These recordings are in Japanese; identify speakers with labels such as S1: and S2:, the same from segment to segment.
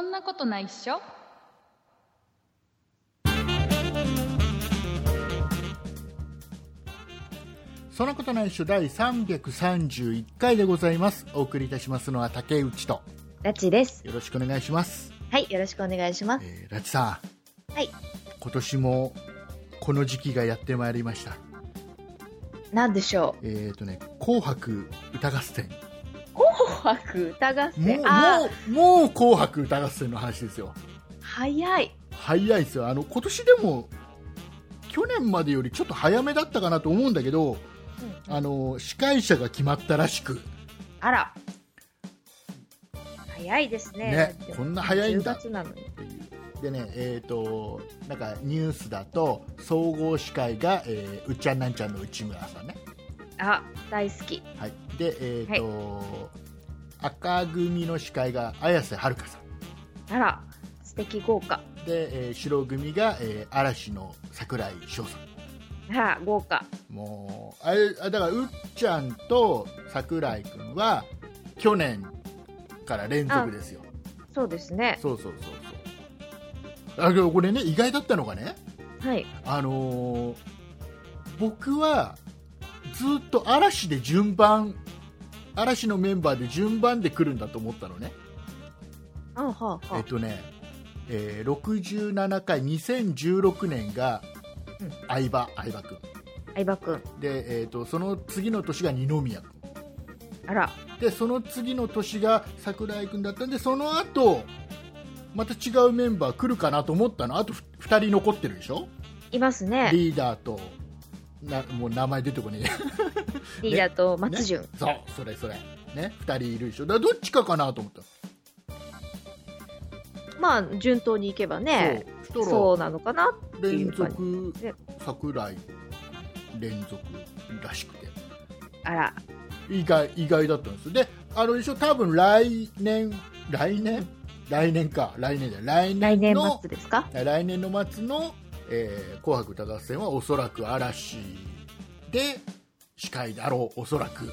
S1: んなことないっしょ
S2: そのことないっしょ第331回でございますお送りいたしますのは竹内と
S3: ラチです。
S2: よろしくお願いします、
S3: はい、よろしくお願いします。
S2: えー、ラチさん
S3: はい
S2: 今年もこの時期がやってまいりました
S3: なんでしょ
S2: えっ、ー、とね「紅白歌合戦
S3: う。紅白歌合」
S2: もう
S3: 戦。ああ、
S2: もうもう紅白歌合戦の話ですよ
S3: 早い。
S2: 早いですよあの今年でも去年までよりちょっと早めだったかなと思うんだけどあの司会者が決まったらしく
S3: あら。早いですね。
S2: ね
S3: だって
S2: こんな早いんだ
S3: 10月なのに。
S2: っていうでねえー、となんかニュースだと総合司会が、えーうっちゃんなんちゃんの内村さんね、
S3: あ、大好き。
S2: はい、で、えーと赤組の司会が綾瀬はるかさん
S3: あら、素敵豪華。
S2: で、えー白組が、えー嵐の櫻井翔さん
S3: あら、豪華。
S2: もうあれあだからうっちゃんと櫻井君は去年から連続ですよ
S3: そうですね。
S2: そうそうそうそうあけどこれね意外だったのがね
S3: はい。
S2: あのー僕はずっと嵐で順番嵐のメンバーで順番で来るんだと思ったのね
S3: あはあは
S2: えっとね、えー67回2016年が
S3: うん
S2: 相葉相葉君
S3: あ。相葉くん。
S2: で、えー、とその次の年が二宮君
S3: あら。
S2: でその次の年が桜井君だったんでその後また違うメンバー来るかなと思ったのあとふ2人残ってるでしょ
S3: いますね。
S2: リーダーとなもう名前出てこねえ
S3: リーダーと松潤。
S2: そうそれそれね2人いるでしょだからどっちかかなと思ったの
S3: まあ、順当にいけばね。
S2: そう
S3: そ
S2: そ
S3: うなのかな。
S2: したら連続
S3: じね
S2: 桜井連続らしくて
S3: あら。
S2: 意外意外だったんですであのでしょ多分来年来年来年か来年じゃない
S3: 来
S2: 来年
S3: 年
S2: の
S3: 末ですか
S2: 来年の末の、えー紅白歌合戦」はおそらく嵐で司会だろうおそらく、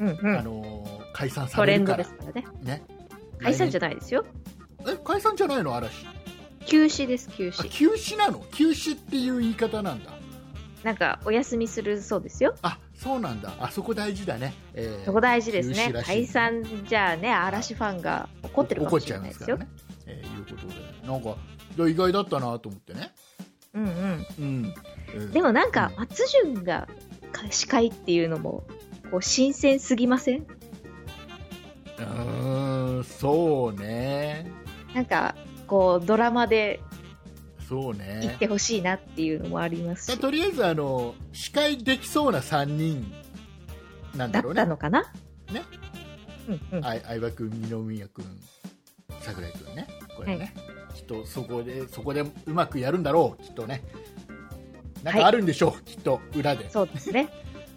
S3: うんう
S2: あ
S3: ん。
S2: のー解散さ
S3: トレ
S2: れ
S3: ン
S2: る
S3: ド
S2: か
S3: で
S2: ら
S3: すからね。
S2: ね
S3: 解散じゃ
S2: ない
S3: ないですよ。
S2: え解散じゃないの嵐
S3: 休止です、休
S2: あ
S3: 止。
S2: 休止なの休止っていう言い方なんだ
S3: なんかお休みするそうですよ。
S2: あそうなんだあそこ大事だね、えー
S3: そこ大事です
S2: 休
S3: ね
S2: 止ら。しい
S3: 解散じゃあね、嵐ファンが怒ってるかもしれないです
S2: 怒
S3: よ。
S2: っちゃいますからね、えーいうことでなんかいや意外だったなと思ってね
S3: うんうん。
S2: うん、
S3: で
S2: も
S3: もなんか
S2: うん
S3: 松潤が司会っていうのもこう新鮮すぎません？
S2: うーんそうね
S3: なんかこうドラマで
S2: そう
S3: 行っ
S2: ね
S3: てほしいなっていうのもあります
S2: だ
S3: し。
S2: とりあえずあの司会できそうな3人なんだ
S3: だっ
S2: ろう
S3: た
S2: ね
S3: のかな？
S2: ね。
S3: うんうん。
S2: あい相葉君二宮君桜井君ねこれね、きっとそこでそこでうまくやるんだろうきっとねなんか
S3: はい
S2: あるんでしょう、きっと裏で
S3: そうですね。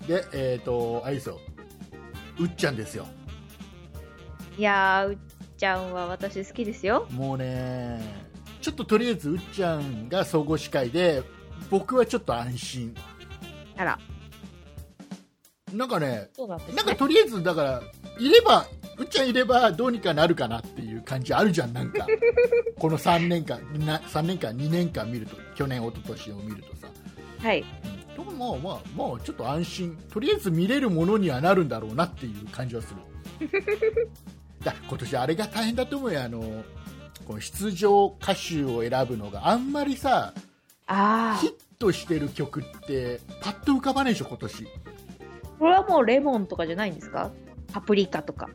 S2: でえっ、とあれですようっちゃんですよ
S3: いやーうっちゃんは私好きですよ。
S2: もうねちょっととりあえずうっちゃんが総合司会で僕はちょっと安心
S3: あら。
S2: なんかね
S3: そうなんです
S2: なんか
S3: ね。
S2: とりあえずだからいればうっちゃんいればどうにかなるかなっていう感じあるじゃんなんかこの3年間な3年間2年間見ると去年一昨年を見るとさ、
S3: はい。
S2: うん、ともまあまあまあちょっと安心とりあえず見れるものにはなるんだろうなっていう感じはするだ今年あれが大変だと思うよあのこの出場歌手を選ぶのがあんまりさ
S3: あ
S2: ヒ
S3: あ
S2: ッ。トしてる曲ってパッと浮かばないでしょ今年
S3: これはもうレモンとかじゃないんですか？パプリカとか。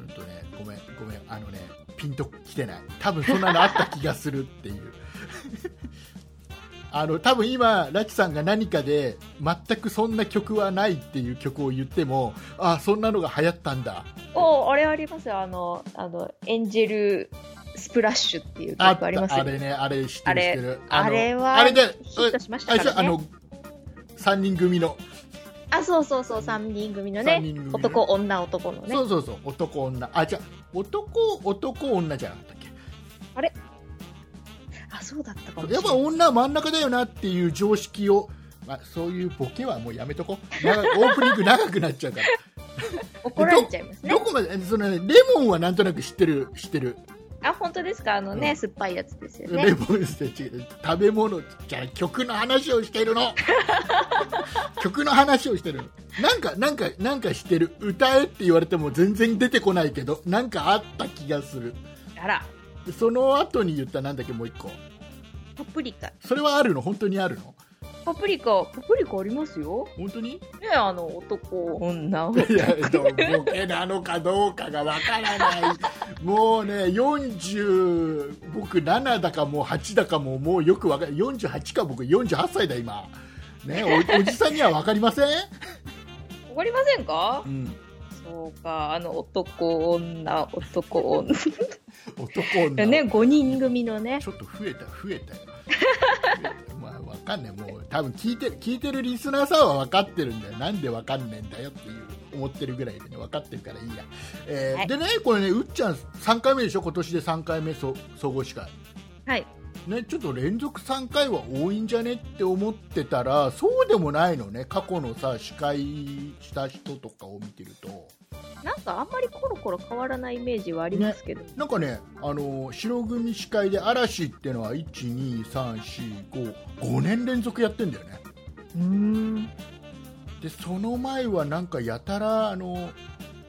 S2: うんとね、ごめん、ごめん、あのね、ピンときてない。多分そんなのあった気がするっていう。あの、多分今、ラチさんが何かで、全くそんな曲はないっていう曲を言っても、あ、そんなのが流行ったんだ。
S3: おあれありますよあのあのエンジェルスプラッシュっていう
S2: あっ
S3: 曲
S2: た
S3: あります
S2: あ
S3: よ
S2: れ
S3: ね
S2: ね、あれ知って
S3: あ
S2: る、知
S3: れ
S2: ってる。
S3: あ
S2: の
S3: れは
S2: あれで、
S3: ヒットしまし
S2: あ
S3: た
S2: れでし
S3: か
S2: ょあ
S3: らね
S2: の、3人組の、
S3: あそうそうそう3人組の
S2: 三
S3: ね
S2: 人組の
S3: 男女男のね
S2: そうそうそう、男、女。あ、じゃ男、男、女じゃなかったっけ
S3: あそうだったかもし
S2: やっ
S3: れな
S2: ぱ
S3: い
S2: 女は真ん中だよなっていう常識を、まあ、そういうボケはもうやめとこう長くオープニング長くなっちゃうから
S3: 怒られちゃいますね
S2: どこまでその、ね、レモンはなんとなく知ってる知ってる
S3: あ、本当ですかあのね、
S2: うん
S3: 酸っぱいやつですよ
S2: レ
S3: ね。
S2: モンですね違う食べ物じゃあ曲の話をしてるの曲の話をしてるのなんかなんかなんかしてる歌えって言われても全然出てこないけどなんかあった気がする
S3: あら、
S2: でその後に言ったなんだっけもう一個
S3: パプリカ。
S2: それはあるの本当にあるの
S3: パプリカ、パプリカありますよ。
S2: 本当に
S3: ね、あの、男、女を。
S2: いやどボケなのかどうかがわからないもうね40僕7だかもう8だかももうよくわかる48か僕48歳だ今ねおおじさんにはわかりません、
S3: わかりませんか
S2: うん、
S3: そうか、あの、男、女、男、女。
S2: 男女、
S3: ね、5人組のね。
S2: ちょっと増えた増えたよ増えたまあわかんないもう多分聞いてる聞いてるリスナーさんは分かってるんだよなんでわかんねえんだよっていう思ってるぐらいでね分かってるからいいや、えー
S3: はい
S2: でねこれねうっちゃん3回目でしょ今年で3回目そ総合司会
S3: はい。
S2: ね、ちょっと連続3回は多いんじゃねって思ってたらそうでもないのね過去のさ司会した人とかを見てると
S3: なんかあんまりコロコロ変わらないイメージはありますけど。
S2: なんかねあの白組司会で嵐ってのは12345年連続やってんだよね
S3: うーん。
S2: でその前はなんかやたらあの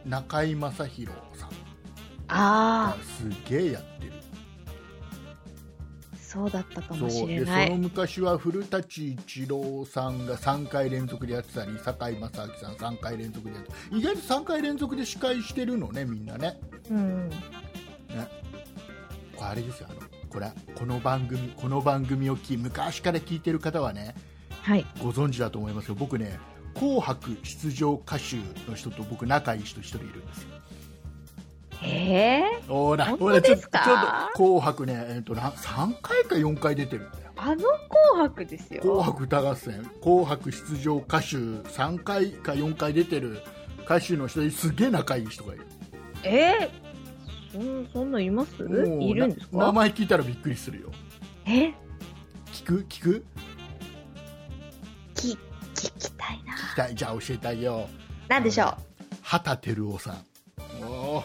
S2: 中居正広さんが
S3: あ
S2: すげえやってる
S3: あ、そうだったか
S2: そ
S3: も
S2: う
S3: しれ
S2: でそ
S3: な
S2: の
S3: い。
S2: 昔は古舘一郎さんが3回連続でやってたり堺正明さん3回連続でやって意外と3回連続で司会してるのねみんなね
S3: うん。
S2: これあれですよあのこれこの番組この番組を聞い昔から聞いてる方はね
S3: はい。
S2: ご存知だと思いますよ僕ね「紅白」出場歌手の人と僕仲いい人一人いるんですよ
S3: へえ
S2: ほら
S3: 本
S2: ほ
S3: 当
S2: らちょっと
S3: です
S2: ち
S3: か
S2: ょっと「紅白ね」えっとな3回か4回出てるんだよ
S3: あの紅白ですよ。
S2: 紅白歌合戦紅白出場歌手3回か4回出てる歌手の人ですげえ仲いい人がいる
S3: えー、そんそんなんいます
S2: もう
S3: いるんです
S2: な名
S3: か
S2: 前聞いたらびっくりするよ
S3: え
S2: 聞く聞く
S3: き聞きたいな。
S2: 聞きたいじゃあ教えてあげよう
S3: なんでしょ
S2: 畑照夫さんもう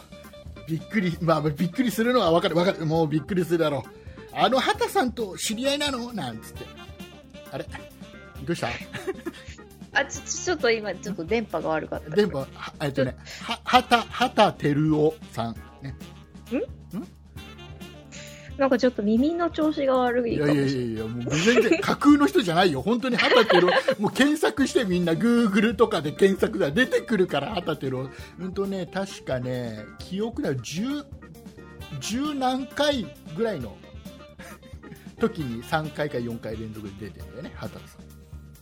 S2: びっくりまあびっくりするのは分かる分かるもうびっくりするだろうあの畑さんと知り合いなのなんつってあれどうした
S3: うあちょ、ちょちょっと今、ちょっと電波が悪かった。
S2: でも、はえっとね、は、はた、はたてるおさん。ね。
S3: なんかちょっと耳の調子が悪
S2: い
S3: いか
S2: や
S3: もし
S2: い
S3: れ
S2: や
S3: ない。
S2: いやいや、もう全然架空の人じゃないよ。本当にはたてるお。もう検索してみんな、グーグルとかで検索が出てくるから、はたてるお。うんとね、確かね、記憶だ、十、十何回ぐらいの時に3回か4回連続で出てるんだよね、はたさん。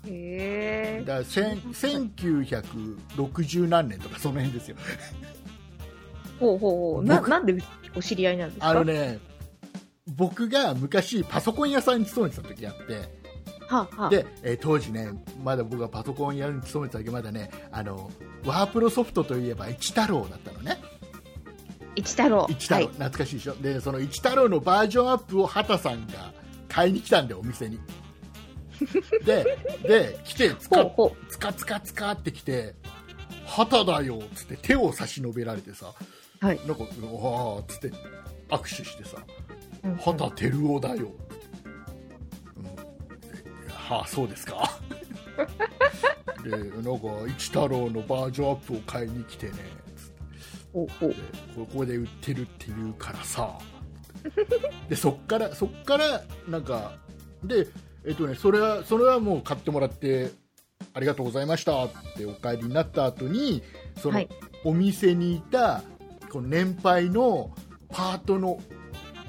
S3: へえ
S2: だから、千、1960何年とかその辺ですよ。
S3: ほうほうほう。な、
S2: 僕
S3: なんでお知り合いなんですか
S2: あのね、僕が昔パソコン屋さんに勤めてた時あって、
S3: はあ、はあ、
S2: で、えー当時ね、まだ僕がパソコン屋に勤めてた時まだね、あの、ワープロソフトといえば一太郎だったのね。
S3: 一太郎。
S2: 一太郎、
S3: はい。
S2: 懐かしいでしょ。で、その一太郎のバージョンアップを畑さんが買いに来たんだよ、お 店に。で、で、来て、つ
S3: ほ
S2: か、
S3: うほ
S2: つかつかつかって来て、旗だよっつって手を差し伸べられてさ、
S3: はい
S2: なんか、うわーっつって握手してさ、
S3: う。うん
S2: 畑照夫だよ、うんはあそうです かでなんか一太郎のバージョンアップを買いに来てねつって
S3: ほうほう。
S2: ここで売ってるって言うからさでそっからそっからなんかでえっとねそれはそれはもう買ってもらってありがとうございましたってお帰りになった後にその、
S3: はい
S2: お店にいたこの年配のパートの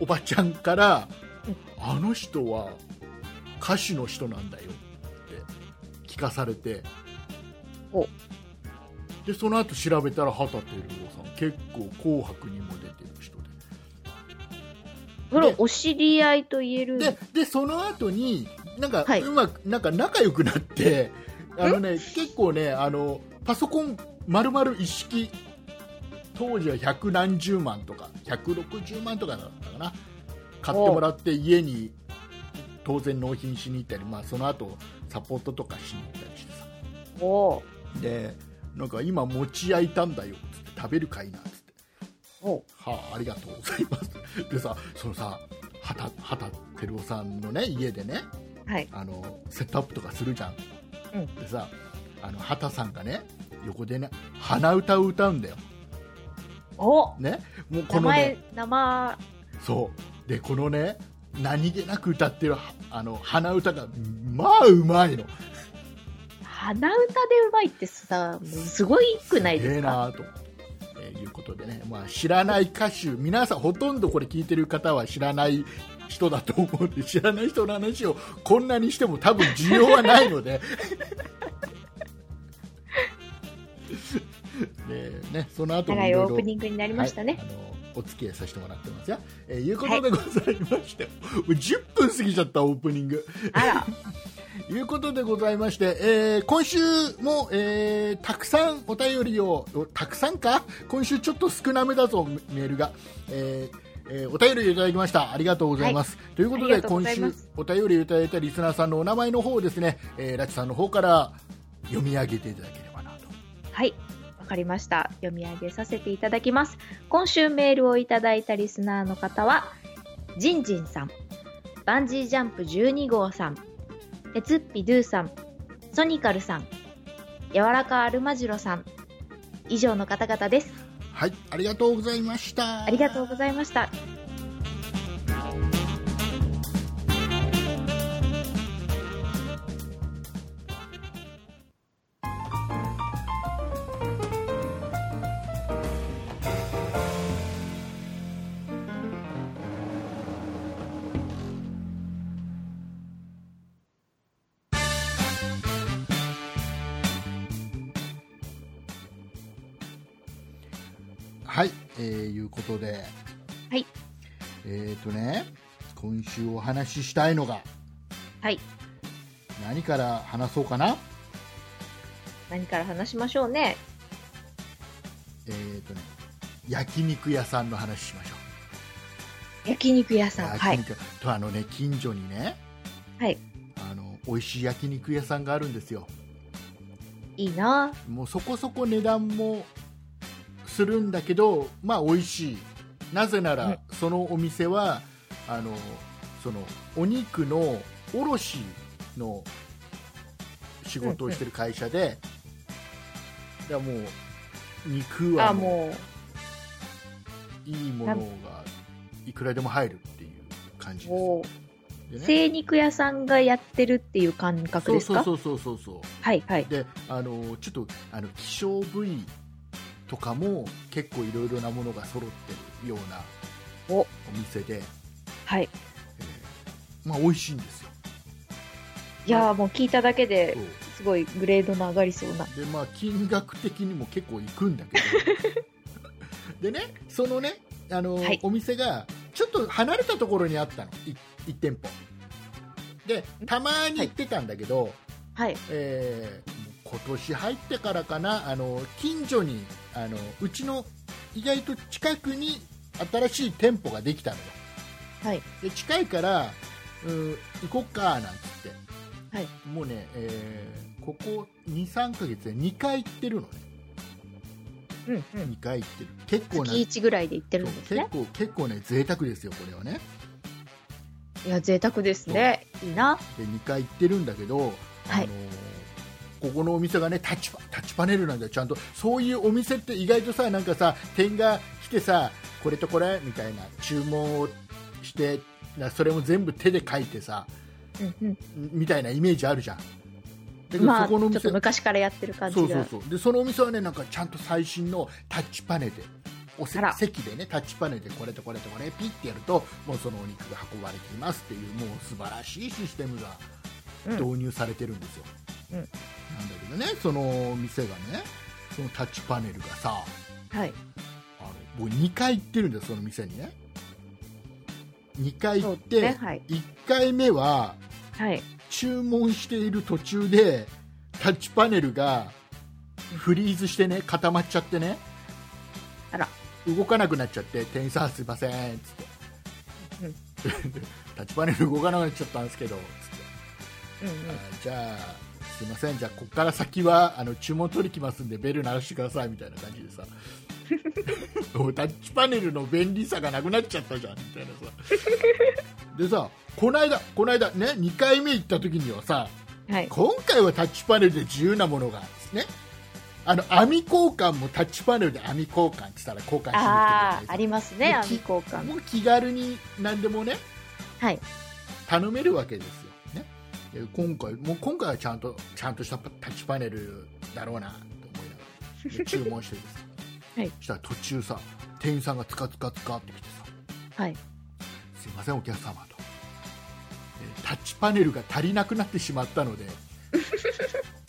S2: おばちゃんから、
S3: うん
S2: あの人は歌手の人なんだよって聞かされて
S3: お
S2: でその後調べたら畑照夫さん結構「紅白」にも出てる人で
S3: それ
S2: で
S3: お知り合いと言える。
S2: ででその後になんか、
S3: はいう
S2: まくなんか仲良くなってあのね結構ねあのパソコン丸々一式当時は百何十万とか160万とかだったかな買ってもらって家に当然納品しに行ったり、まあ、その後サポートとかしに行ったりしてさ
S3: おう
S2: でなんか今持ち焼いたんだよっつって食べるかいなっつって
S3: お
S2: はあ、ありがとうございます。でさ、そのさ、畑畑照夫さんのね、家でね、
S3: はい
S2: あの、セットアップとかするじゃん。
S3: うん
S2: でさ、あの、畑さんがね、横でね、鼻歌を歌うんだよ。
S3: お
S2: ね。もうこ
S3: 名
S2: の
S3: 前
S2: ね、
S3: 生
S2: そう。で、このね、何気なく歌ってる、あの、鼻歌が、まあ、うまいの。
S3: 鼻歌でうまいってさすごいくないですか
S2: ええなと、えーいうことでね、まあ、知らない歌手皆さんほとんどこれ聞いてる方は知らない人だと思うんで知らない人の話をこんなにしても多分需要はない のでで、ね、その後も
S3: 長
S2: い
S3: い
S2: ろい
S3: オ
S2: ろ
S3: ープニングになりましたね、
S2: はい、あのお付き合いさせてもらってますよ。えーいうことでございまして、10分過ぎちゃったオープニング。
S3: あら
S2: いうことでございまして、えー今週も、えーたくさんお便りをおたくさんか今週ちょっと少なめだぞメメールが、えーえーお便りをいただきましたありがとうございます、ということ
S3: あ
S2: で
S3: りがとうご
S2: 今
S3: ざい
S2: 週
S3: ます
S2: お便りをいただいたリスナーさんのお名前の方をですね、えーラチさんの方から読み上げていただければなと
S3: はい、わかりました。読み上げさせていただきます。今週メールをいただいたリスナーの方は、ジンジンさん、バンジージャンプ12号さん、鉄っぴドゥさん、ソニカルさん、柔らかアルマジロさん、以上の方々です。
S2: はいありがとうございました
S3: ありがとうございました。
S2: はい、えーいうことで
S3: はい
S2: えっ、とね今週お話ししたいのが
S3: はい、
S2: 何から話そうかな
S3: 何から話しましょうね。
S2: えーとね、焼肉屋さんの話しましょう。
S3: 焼肉屋さん、は
S2: 焼
S3: い、
S2: 肉とあのね近所にね、
S3: はい、
S2: あの美味しい焼肉屋さんがあるんですよ。
S3: いいな。
S2: もうそこそこ値段もするんだけど、まあ美味しい。なぜなら
S3: ね
S2: そのお店はあのそのお肉の卸の仕事をしてる会社で、いやもう肉は
S3: あ、
S2: もう
S3: も
S2: いいものがいくらでも入るっていう感じ
S3: う、
S2: ですよ。
S3: も
S2: で
S3: う、
S2: ね
S3: 精肉屋さんがやってるっていう感覚
S2: そう
S3: です
S2: そう
S3: か
S2: そうそうそうそう
S3: はい、はい。
S2: であのちょっとあの希少部位とかも結構いろいろなものが揃ってるような
S3: お
S2: お店で、
S3: はい。
S2: えーまあ美味しいんですよ
S3: いやーもう聞いただけで
S2: そう
S3: すごいグレードの上がりそうな。
S2: でまあ金額的にも結構いくんだけど でねそのねあの、
S3: はい
S2: お店がちょっと離れたところにあったのい一店舗でたまに行ってたんだけど、
S3: はい。
S2: えー今年入ってからかなあの近所にあのうちの意外と近くに新しい店舗ができたのよ
S3: はい。
S2: で近いから、うん、行こっかなんつって、
S3: はい
S2: もうね、えーここ23ヶ月で2回行ってるのね
S3: うんうん。
S2: 2回行ってる結構
S3: 月
S2: ね
S3: 1ぐらいで行ってるんです
S2: 結
S3: ね。
S2: 構結構ね贅沢ですよこれはね
S3: いや、贅沢ですね。いいな。
S2: で2回行ってるんだけど、
S3: はい
S2: あのここのお店がねタッチパタッチパネルなんだよちゃんとそういうお店って意外とさなんかさ点が来てさこれとこれみたいな注文をしてなそれも全部手で書いてさ
S3: うんうん。
S2: みたいなイメージあるじゃんだけど
S3: ま
S2: そ
S3: あ、ち
S2: この
S3: ょ
S2: お
S3: っ
S2: 店
S3: と昔からやってる感
S2: そ
S3: じ
S2: うそう
S3: が。
S2: そうでそのお店はねなんかちゃんと最新のタッチパネルでおせ
S3: あら
S2: 席でねタッチパネルでこれとこれとこれピッてやるともうそのお肉が運ばれていますっていうもう素晴らしいシステムが
S3: うん
S2: 導入されてるんですよ、
S3: うん
S2: なんだけどねその店がねそのタッチパネルがさ
S3: はい。
S2: あの僕2回行ってるんですその店にね2回
S3: そ
S2: 行
S3: う
S2: っ
S3: です
S2: て、
S3: ね。はい。
S2: 1回目は
S3: はい。
S2: 注文している途中でタッチパネルがフリーズしてね固まっちゃってね
S3: あら。
S2: 動かなくなっちゃって店員さんすいませんっつって、
S3: うん
S2: タッチパネル動かなくなっちゃったんですけどつって、
S3: うんうん。
S2: あーじゃあ すいませんじゃあこっから先はあの注文取り来ますんでベル鳴らしてくださいみたいな感じでさもうタッチパネルの便利さがなくなっちゃったじゃんみたいなさでさこないだこの間ね2回目行った時にはさ
S3: はい。
S2: 今回はタッチパネルで自由なものがねあの網交換もタッチパネルで網交換ってしたら交換しに行ってくれ
S3: あ
S2: たり
S3: あ、
S2: さ
S3: ありますね、網交換。
S2: もう気軽に何でもね
S3: はい。
S2: 頼めるわけですよ、ね、で今回もう今回はちゃんとちゃんとしたタッチパネルだろうなと思いながらで注文してです、
S3: はい
S2: したら途中さ店員さんがつかつかつかってきてさ
S3: はい。
S2: 「すいませんお客様」とえー「タッチパネルが足りなくなってしまったので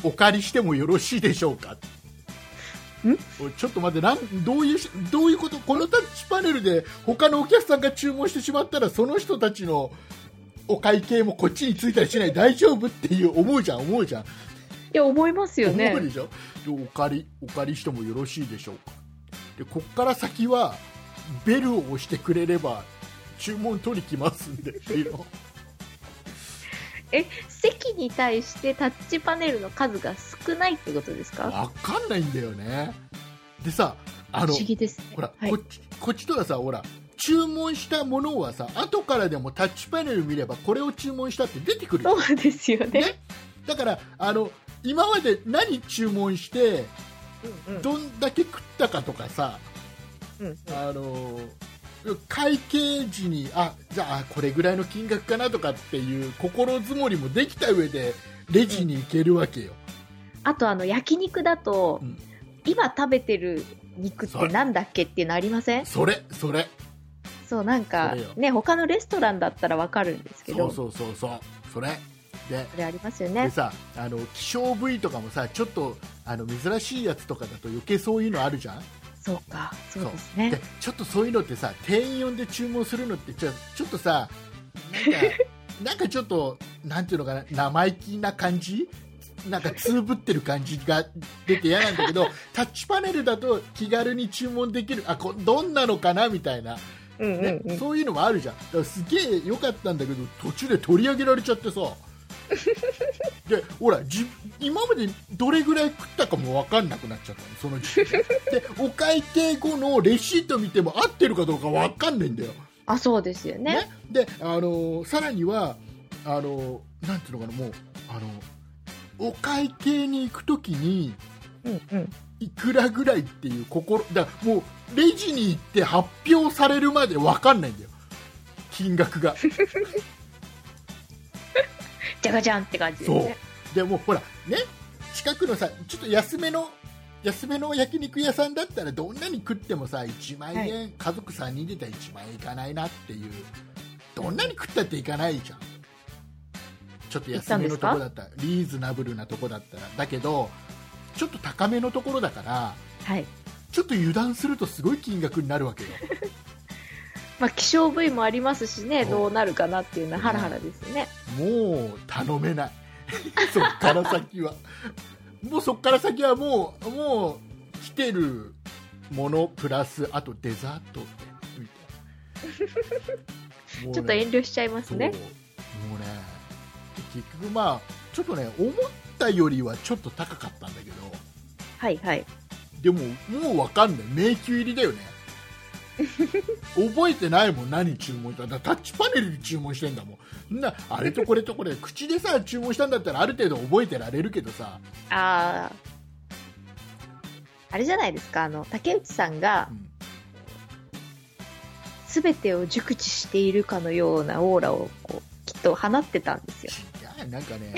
S2: お借りしてもよろしいでしょうか」おいちょっと待ってなんどういうしどういうことこのタッチパネルで他のお客さんが注文してしまったらその人たちのお会計もこっちについたりしない大丈夫っていう思うじゃん思うじゃん
S3: いや、思いますよ
S2: 思
S3: ね
S2: う。でしょでお借りお借りしてもよろしいでしょうかでこっから先はベルを押してくれれば注文取り来ますんでっていうの
S3: え、席に対してタッチパネルの数が少ないってことですか
S2: わかんないんだよねでさあ
S3: 不
S2: の
S3: 思議ですね。
S2: ほら、
S3: はい
S2: こっちこっちとはさほら注文したものはさ後からでもタッチパネル見ればこれを注文したって出てくるよ
S3: そうですよね。
S2: ねだからあの今まで何注文して
S3: うんうん
S2: どんだけ食ったかとかさ
S3: うんうん
S2: あの会計時にあじゃあこれぐらいの金額かなとかっていう心づもりもできた上でレジに行けるわけよ、
S3: あとあの焼肉だと、
S2: うん
S3: 今食べてる肉ってなんだっけっていうのありません
S2: それそれ
S3: そうなんか
S2: それよ
S3: ね他のレストランだったらわかるんですけ
S2: そ
S3: ど
S2: うそうそうそうそれで
S3: それありますよ
S2: で
S3: ね
S2: さあの希少部位とかもさちょっとあの珍しいやつとかだと余計そういうのあるじゃん
S3: そうかそうです
S2: で
S3: ね
S2: ちょっとそういうのってさ店員呼んで注文するのってちょちょっとさなんかなんかちょっとなんていうのかな生意気な感じなんかつぶってる感じが出て嫌なんだけどタッチパネルだと気軽に注文できるあこどんなのかなみたいな、
S3: うんうん
S2: ね
S3: うん
S2: そういうのもあるじゃんだからすげえ良かったんだけど途中で取り上げられちゃって さでほらじ今までどれぐらい食ったかも分かんなくなっちゃったのその時点で でお会計後のレシート見ても合ってるかどうか分かんないんだよ、
S3: あそうですよね
S2: ねであのーさらにはあのーなんていうのかなもうあのお会計に行く時に
S3: うんうん
S2: いくらぐらいっていう心だからもうレジに行って発表されるまで分かんないんだよ金額が
S3: じゃがじゃんって感じです
S2: そう
S3: ね
S2: でもうほらね近くのさちょっと安めの安めの焼肉屋さんだったらどんなに食ってもさ1万円、
S3: は
S2: 家族3人でたら1万円いかないなっていうどんなに食ったっていかないじゃんちょっと安めのとこだったらリーズナブルなとこだったらだけどちょっと高めのところだから
S3: はい
S2: ちょっと油断するとすごい金額になるわけよ
S3: まあ希少部位もありますしね
S2: そう
S3: どうなるかなっていうのはハラハラですね
S2: もう頼めない そっから先はもうそっから先はもうもう来てるものプラスあとデザートみたいなもうね
S3: ちょっと遠慮しちゃいますね
S2: そうもうね結局まあちょっとね思ったよりはちょっと高かったんだけど
S3: はいはい
S2: でももうわかんない迷宮入りだよね覚えてないもん何注文しただからタッチパネルに注文してんだもんなあれとこれとこれ口でさ注文したんだったらある程度覚えてられるけどさ、
S3: あああれじゃないですかあの竹内さんが
S2: うん
S3: 全てを熟知しているかのようなオーラをこうきっと放ってたんですよ
S2: 違うなんかね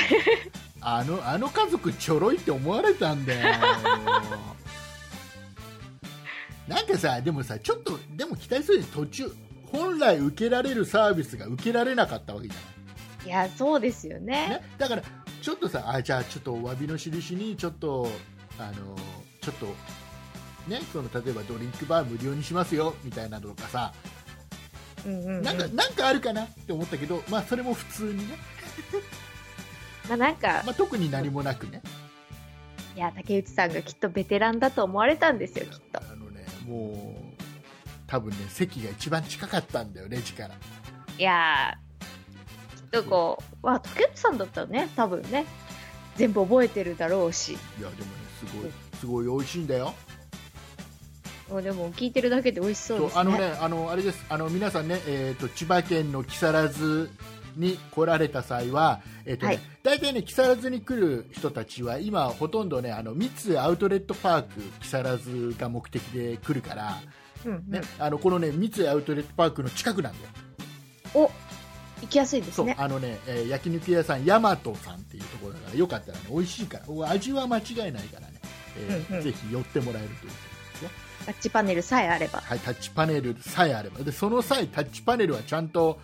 S2: あのあの家族ちょろいって思われたんだよなんかさでもさちょっとでも期待するに途中本来受けられるサービスが受けられなかったわけじゃない
S3: いやそうですよね
S2: ね、だからちょっとさあじゃあちょっとお詫びの印にちょっとあのちょっとねその例えばドリンクバー無料にしますよみたいなのとかさ
S3: うんうんうん
S2: なんかなんかあるかなって思ったけどまあそれも普通にね、
S3: まあなんか
S2: まあ、特に何もなくね
S3: いや竹内さんがきっとベテランだと思われたんですよきっと
S2: あのねもう多分ね席が一番近かったんだよレジから
S3: いやーきっとこうわ竹内さんだったらね多分ね全部覚えてるだろうし
S2: いやでもねすごいすごい美味しいんだよ
S3: もうでも聞いてるだけで美味しそうですね。
S2: あのね、あのあれです、あの皆さんね、えっ、と千葉県の木更津に来られた際は、えっ、とね、
S3: はい
S2: 大体ね木更津に来る人たちは今ほとんどね、あの三津アウトレットパーク木更津が目的で来るから、
S3: うんうん
S2: ね、あのこのね三津アウトレットパークの近くなんだよ。
S3: お行きやすいで
S2: そ
S3: す
S2: う、
S3: ね。
S2: あのね、えー焼肉屋さんヤマトさんっていうところだからよかったらね美味しいから、お味は間違いないからね、えー
S3: うんうん
S2: ぜひ寄ってもらえるという。
S3: タッチパネルさえあれば。
S2: はい、タッチパネルさえあればでその際タッチパネルはちゃんと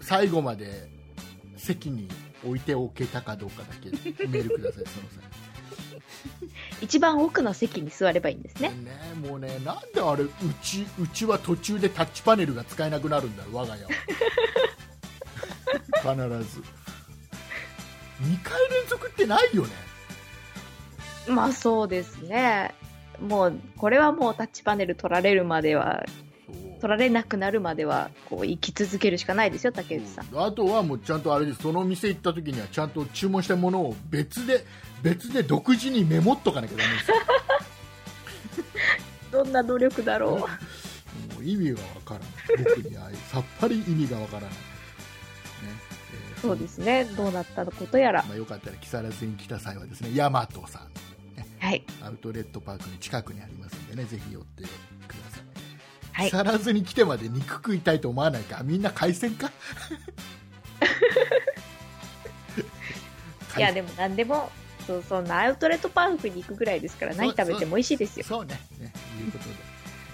S2: 最後まで席に置いておけたかどうかだ けメールくださいその
S3: 一番奥の席に座ればいいんです
S2: 際
S3: ね。
S2: ねもうねなんであれうちうちは途中でタッチパネルが使えなくなるんだろう我 が家は必ず2回連続ってないよね
S3: まあそうですね。もうこれはもうタッチパネル取られるまでは取られなくなるまではこう生き続けるしかないですよ竹内さん。
S2: あとはもうちゃんとあれですその店行った時にはちゃんと注文したものを別で別で独自にメモっとかなきゃダメですよ
S3: どんな努力だろ
S2: もう意味がわからん僕にはさっぱり意味がわからない、ねえ
S3: う。
S2: ー
S3: そうですね。どうなったことやら。
S2: まあ、よかったら木更津に来た際はですね大和さん
S3: はい
S2: アウトレットパークの近くにありますんでねぜひ寄ってください、
S3: はい
S2: 木更津に来てまで肉食いたいと思わないかみんな海鮮か
S3: いやでも何でもそうそんなアウトレットパークに行くぐらいですから何食べても美味しいですよ。
S2: そうね。ねいうことで、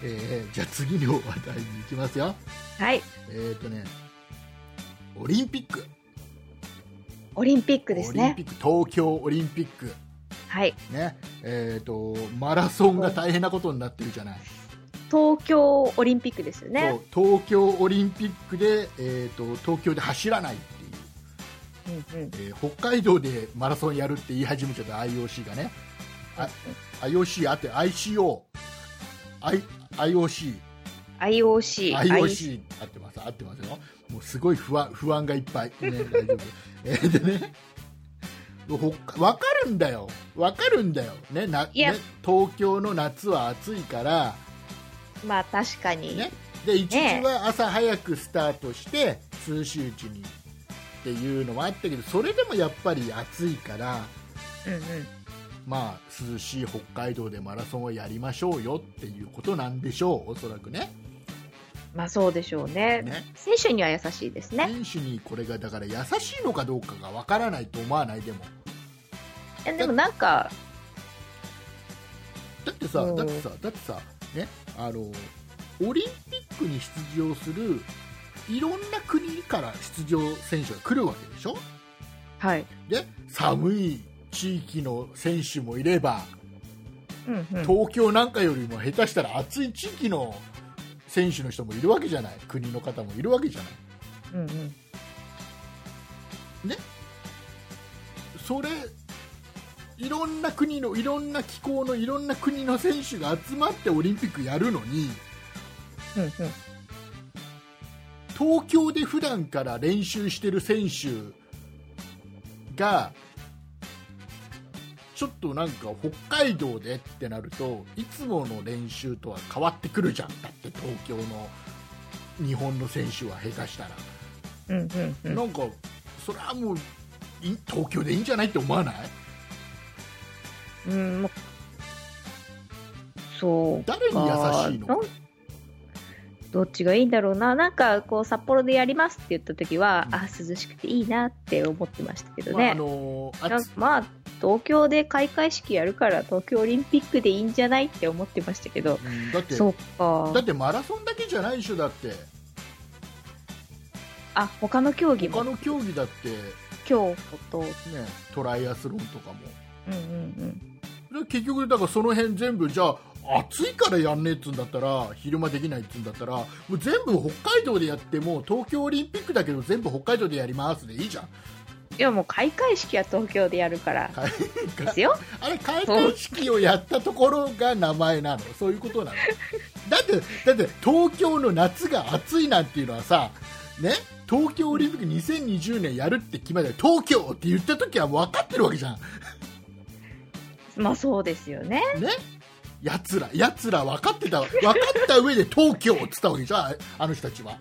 S2: えーじゃあ次の話題に行きますよ。
S3: はい。
S2: えっ、とね、オリンピック、
S3: オリンピック
S2: オ
S3: で
S2: リ
S3: す
S2: ン
S3: ね
S2: ピ。ック、東京オリンピック、
S3: はい。
S2: ね、えっ、とマラソンが大変なことになってるじゃない。
S3: 東京オリンピックですよね。
S2: そう東京オリンピックでえっ、と東京で走らないって
S3: うんうん。
S2: いう、えー北海道でマラソンやるって言い始めちゃった IOC がね、あ IOC あって ICO、I IOC
S3: IOC。
S2: IOC 合ってます合ってますよもうすごい不安不安がいっぱい、ね、大丈夫えーでねほか分かるんだよ分かるんだよ、ねない
S3: や
S2: ね、東京の夏は暑いから、
S3: まあ確かに。
S2: ね、で一時
S3: ね
S2: は朝早くスタートして通習地にっていうのもあったけどそれでもやっぱり暑いから、
S3: うんうん。
S2: まあ、涼しい北海道でマラソンをやりましょうよっていうことなんでしょうおそらくね。
S3: まあそうでしょうね。
S2: ね
S3: 選手には優しいですね。
S2: 選手にこれがだから優しいのかどうかがわからないと思わないでも
S3: えでもなんか、
S2: だってさ
S3: うん
S2: だってさだってさねあのオリンピックに出場するいろんな国から出場選手が来るわけでしょ
S3: はい。
S2: で寒い地域の選手もいれば
S3: うんうん。
S2: 東京なんかよりも下手したら暑い地域の選手の人もいるわけじゃない国の方もいるわけじゃない
S3: うんうん。
S2: それいろんな国のいろんな気候のいろんな国の選手が集まってオリンピックやるのに
S3: うんうん。
S2: 東京で普段から練習してる選手がちょっとなんか北海道でってなるといつもの練習とは変わってくるじゃんだって東京の日本の選手は下手したら、
S3: うんうんうん。
S2: なんかそれはもうい東京でいいんじゃないって思わない
S3: うん、もうそうか。
S2: 誰に優しいの
S3: なんどっちがいいんだろうな。なんか、こう、札幌でやりますって言った時は、
S2: うん
S3: あ、涼しくていいなって思ってましたけど
S2: まあ
S3: ね。
S2: あのー
S3: なん
S2: 暑
S3: かまあ、東京で開会式やるから東京オリンピックでいいんじゃないって思ってましたけど、
S2: うんだって
S3: そうか
S2: だっ。てマラソンだけじゃないでしょだって
S3: あ、他の競技
S2: 他
S3: も、
S2: の競技だって、ね、
S3: 競歩と、うん
S2: トライアスロンとかも
S3: うんうん。
S2: で結局だからその辺全部じゃあ暑いからやんねえっつうんだったら昼間できないっつうんだったらもう全部北海道でやっても東京オリンピックだけど全部北海道でやりますでいいじゃん
S3: いや、もう開会式は東京でやるから
S2: 開
S3: ですよ。
S2: あれ開会式をやったところが名前なのそういうことなのだってだって東京の夏が暑いなんていうのはさね東京オリンピック2020年やるって決まったら東京って言った時は分かってるわけじゃん
S3: まあ、そうですよね。
S2: ねやつら、やつら分かってた、分かった上で東京っつったわけでしょ、ああの人たちは。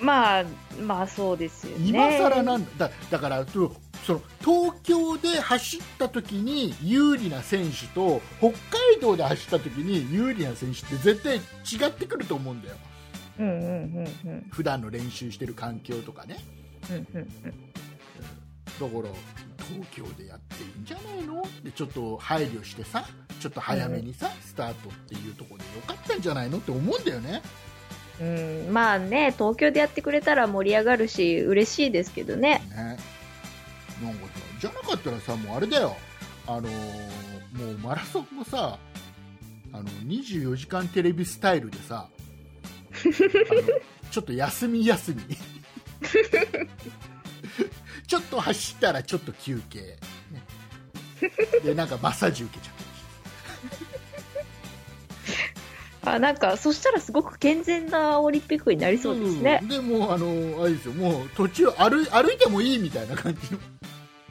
S3: まあまあそうですよね
S2: 今更なんだ、だだから、とその東京で走った時に有利な選手と、北海道で走った時に有利な選手って絶対違ってくると思うんだよ、
S3: うんうんうんうん
S2: 普段の練習してる環境とかね。
S3: うんうん
S2: だから東京でやっていいんじゃないのってちょっと配慮してさちょっと早めにさ、スタートっていうところでよかったんじゃないのって思うんだよね
S3: うんうんまあね東京でやってくれたら盛り上がるし嬉しいですけどね
S2: ねなんかさじゃなかったらさもうあれだよあのーもうマラソンもさあの24時間テレビスタイルで さあのちょっと休み休み ちょっと走ったらちょっと休憩、ねでなんかマッサージ受けちゃったりして
S3: あなんかそしたらすごく健全なオリンピックになりそうですね、
S2: んでもうあのあれですよもう途中歩い歩いてもいいみたいな感じの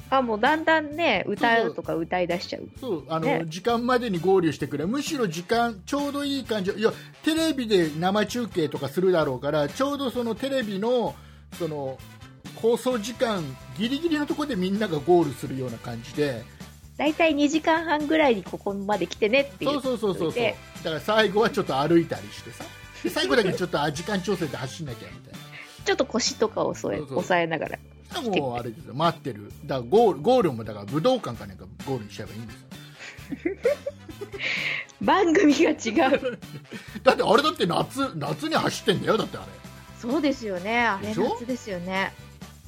S3: あもうだんだんね歌うとか歌い出しちゃう
S2: そうあの、
S3: ね
S2: 時間までに合流してくれむしろ時間ちょうどいい感じいやテレビで生中継とかするだろうからちょうどそのテレビのその放送時間ギリギリのところでみんながゴールするような感じで
S3: 大体2時間半ぐらいにここまで来てねってい
S2: そううそうそうそうそう
S3: で
S2: だから最後はちょっと歩いたりしてさで最後だけちょっとあ時間調整で走んなきゃみたいな
S3: ちょっと腰とかを添え
S2: そうそう
S3: 抑えながら
S2: もうあれですよ待ってるだからゴールゴールもだから武道館かなんかゴールにしちゃえばいいんですよ
S3: 番組が 違う
S2: だってあれだって夏夏に走ってんだよだってあれ、
S3: そうですよねあれ
S2: でしょ
S3: 夏ですよね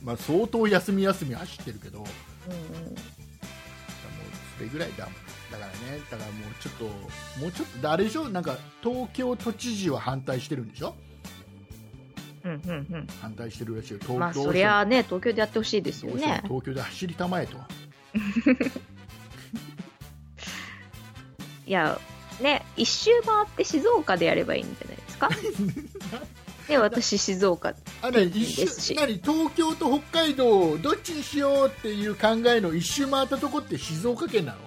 S2: まあ、相当休み休み走ってるけどもう
S3: うんうん
S2: それぐらいだもんだからねだからもうちょっともうちょっとだあれでしょなんか東京都知事は反対してるんでしょ
S3: うんうん
S2: 反対してるらしいよ東京
S3: うん、まあそりゃあね東京でやってほしいです
S2: ど
S3: よ
S2: うしよう
S3: ね
S2: 東京で走りたまえと
S3: いやね一周回って静岡でやればいいんじゃないで すかね私静岡
S2: あれ
S3: いい
S2: 一
S3: です
S2: 周
S3: し
S2: 何東京と北海道どっちにしようっていう考えの一周回ったとこって静岡県なの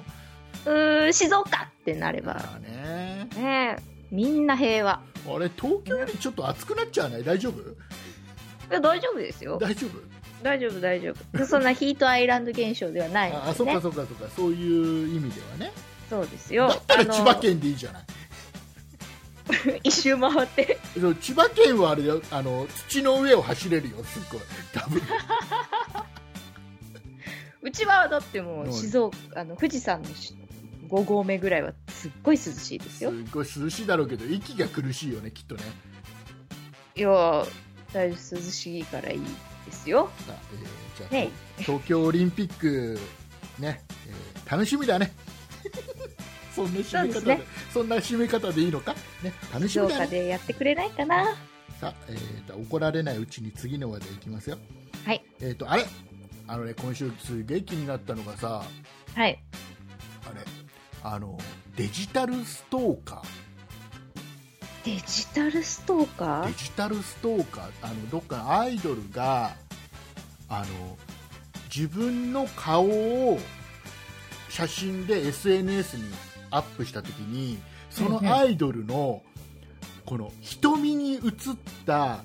S3: うーん静岡ってなれば
S2: あね
S3: ねみんな平和
S2: あれ東京よりちょっと暑くなっちゃわない大丈夫
S3: いや大丈夫ですよ
S2: 大丈夫
S3: 大丈夫大丈 夫そんなヒートアイランド現象ではないので、ね、
S2: あそっかそっかそっかそういう意味ではね
S3: そうです
S2: だ
S3: よ
S2: ったら
S3: あの
S2: 千葉県でいいじゃない
S3: 一周回って
S2: そう千葉県はあれだよあの土の上を走れるよすっごい多分
S3: うちはだっても
S2: は
S3: う
S2: い
S3: 静岡あの富士山の5合目ぐらいはすっごい涼しいです
S2: すっ
S3: よ
S2: ごい涼しいだろうけど息が苦しいよねきっとね
S3: いや大丈夫涼しいからいいですよ
S2: さあ、えーじゃあ、
S3: ね
S2: 東京オリンピックね、えー楽しみだね そんな締め方
S3: そうです
S2: で
S3: ね
S2: そんな締め方でいいのかね楽し
S3: 静
S2: みだ
S3: 岡
S2: ね
S3: でやってくれないかな
S2: さあ、えーと怒られないうちに次の話題いきますよ
S3: はい
S2: えっ、とあれあのね今週すげえ気になったのがさ
S3: はい
S2: あれあのデジタルストーカ
S3: デジタルストーカ
S2: ーデ
S3: ー
S2: ジタルストーカーあのどっかのアイドルがあの自分の顔を写真で SNS にアップした時にそ
S3: うんうん
S2: のアイドルのこの瞳に映った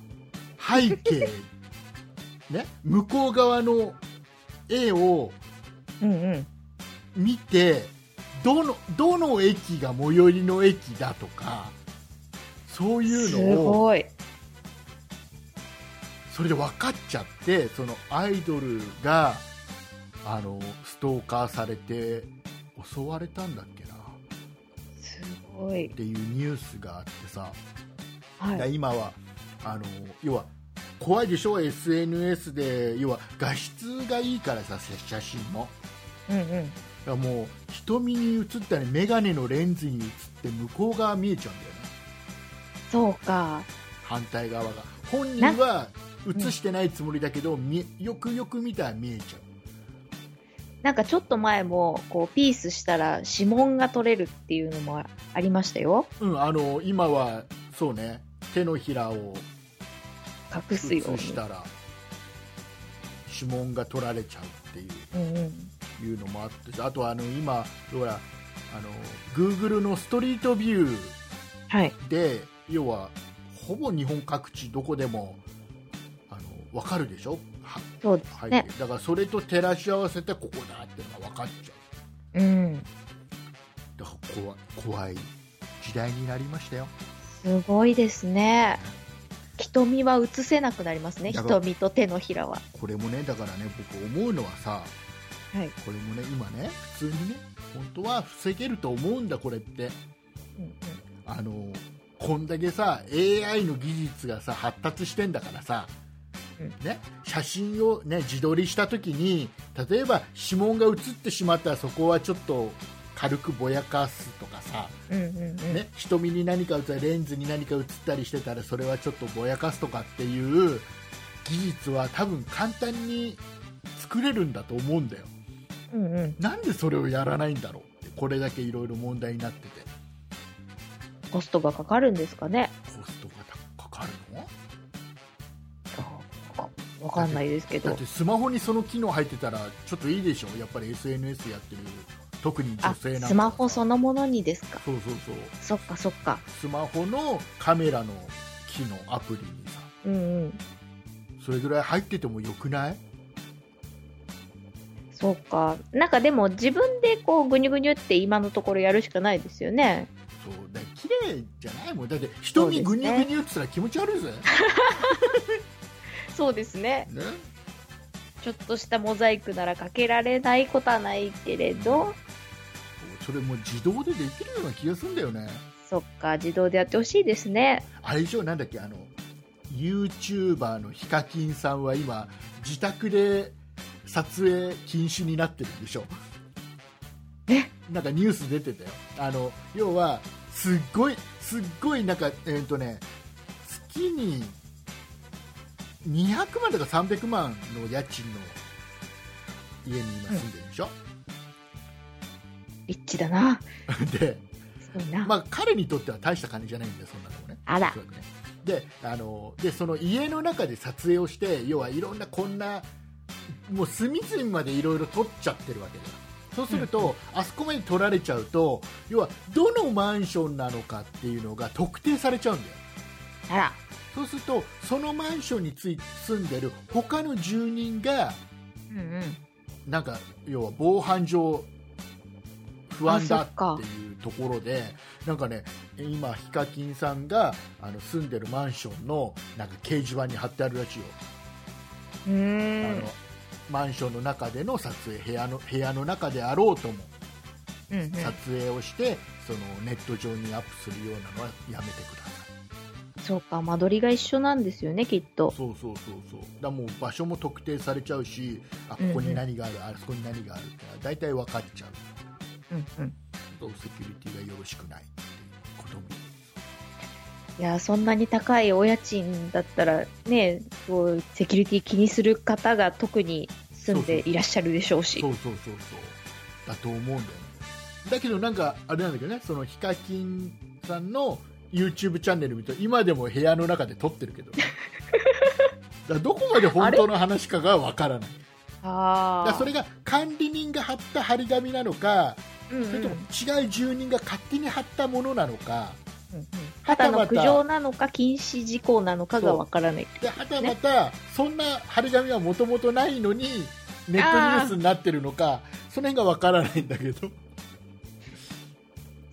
S2: 背景ね向こう側の絵を
S3: うんうん
S2: 見てどのどの駅が最寄りの駅だとかそうい
S3: す
S2: うのを
S3: ごい
S2: それで分かっちゃってそのアイドルがあのストーカーされて襲われたんだっけなっ
S3: すごい
S2: ていうニュースがあってさ、
S3: は
S2: で
S3: い
S2: 今はあの要は怖いでしょ SNS で要は画質がいいからさ写写真も。
S3: うんうん
S2: だからもう瞳に映ったり眼鏡のレンズに映って向こう側見えちゃうんだよね
S3: そうか
S2: 反対側が本人は映してないつもりだけど、みよくよく見たら見えちゃ
S3: なんかちょっと前もこうピースしたら指紋が取れるっていうのもありましたよ
S2: う、うん、あの今はそうね手のひらを
S3: 隠
S2: 映
S3: すように
S2: したら指紋が取られちゃうっていう
S3: うんうん
S2: いうのもあってあとはあの今ほらあの Google のストリートビュー
S3: はい。
S2: で要はほぼ日本各地どこでもあの分かるでしょは
S3: そうです
S2: 背景
S3: ね。
S2: だからそれと照らし合わせてここだってのが分かっちゃ
S3: うん。
S2: うだから怖い怖い時代になりましたよ
S3: すごいですね。瞳は映せなくなりますね。
S2: だから
S3: 瞳と手のひらは。
S2: これもねだからね僕思うのはさ
S3: はい。
S2: これもね今ね普通にね本当は防げると思うんだこれって
S3: うんうん、
S2: あのこんだけさ AI の技術がさ発達してんだからさ、
S3: うん
S2: ね、写真を、ね、自撮りした時に例えば指紋が写ってしまったらそこはちょっと軽くぼやかすとかさ、
S3: うんうんうん、
S2: ね、瞳に何か映ったりレンズに何か映ったりしてたらそれはちょっとぼやかすとかっていう技術は多分簡単に作れるんだと思うんだよ
S3: うんうん、
S2: なんでそれをやらないんだろうってこれだけいろいろ問題になってて
S3: コストがかかるんですかね
S2: コストがかかるの
S3: わかんないですけ
S2: だっ
S3: ど
S2: てスマホにその機能入ってたらちょっといいでしょやっぱり SNS やってる特に女
S3: あ
S2: 性なんか
S3: スマホそ
S2: の
S3: のものにですか
S2: そうそうそう
S3: そっかそっか
S2: スマホのカメラの機能アプリにさ
S3: うんうん
S2: それぐらい入っててもよくない
S3: そうかなんかでも自分でこうグニュグニュって今のところやるしかないですよね
S2: そうだから綺麗じゃないもんだって人に
S3: そ
S2: グ
S3: う
S2: ニ
S3: ですね
S2: ュグニュってたら気持ち悪いぜ、
S3: そうですね
S2: ね、
S3: ちょっとしたモザイクならかけられないことはないけれど
S2: それもう自動でできるような気がするんだよね
S3: そっか自動でやってほしいですね
S2: あれ以上なんだっけあの YouTuber のヒカキンさんは今自宅で撮影禁止になってるんでしょ
S3: え
S2: なんかニュース出てたよあの要はすっごいすっごいなんかえーっ、とね月に200万とか300万の家賃の家に今住んでるでしょ、
S3: リッチだな
S2: です
S3: ごいな、
S2: まあ彼にとっては大した金じゃないんだよそんなのもね
S3: あら
S2: おそらくねであのでその家の中で撮影をして要はいろんなこんなもう隅々までいろいろ撮っちゃってるわけだよそうすると、あそこまで撮られちゃうと要はどのマンションなのかっていうのが特定されちゃうんだよ
S3: あら
S2: そうするとそのマンションについ住んでる他の住人が
S3: うんうん
S2: なんか要は防犯上不安だっていうところでなんかね今ヒカキンさんがあの住んでるマンションのなんか掲示板に貼ってあるらしいよ、
S3: う
S2: あ
S3: ーん
S2: のマンションの中での撮影部屋の部屋の中であろうとも
S3: うんうん
S2: 撮影をして、そのネット上にアップするようなのはやめてください
S3: そうか間取りが一緒なんですよねきっと
S2: そうそうそうそうだからもう場所も特定されちゃうしあここに何がある、あそこに何があるってのは大体分かっちゃう
S3: うんうん
S2: とセキュリティがよろしくないっていうことも
S3: いやそんなに高いお家賃だったらねこうセキュリティ気にする方が特に住んでいらっしゃるでしょうし
S2: そうそうそうそうだと思うんだよねだけどなんかあれなんだけどねそのヒカキンさんの YouTube チャンネル見ると今でも部屋の中で撮ってるけ どだからどこまで本当の話かがわからないだ
S3: あ
S2: から
S3: あ
S2: それが管理人が貼った張り紙なのか
S3: うんうん
S2: それとも違う住人が勝手に貼ったものなのか
S3: うんうん
S2: は
S3: た
S2: た
S3: だの
S2: ま
S3: 苦
S2: た
S3: 情なのか禁止事項なのかがわからない
S2: ではたまたそんな張り紙はもともとないのにネットニュースになってるのかその辺がわからないんだけど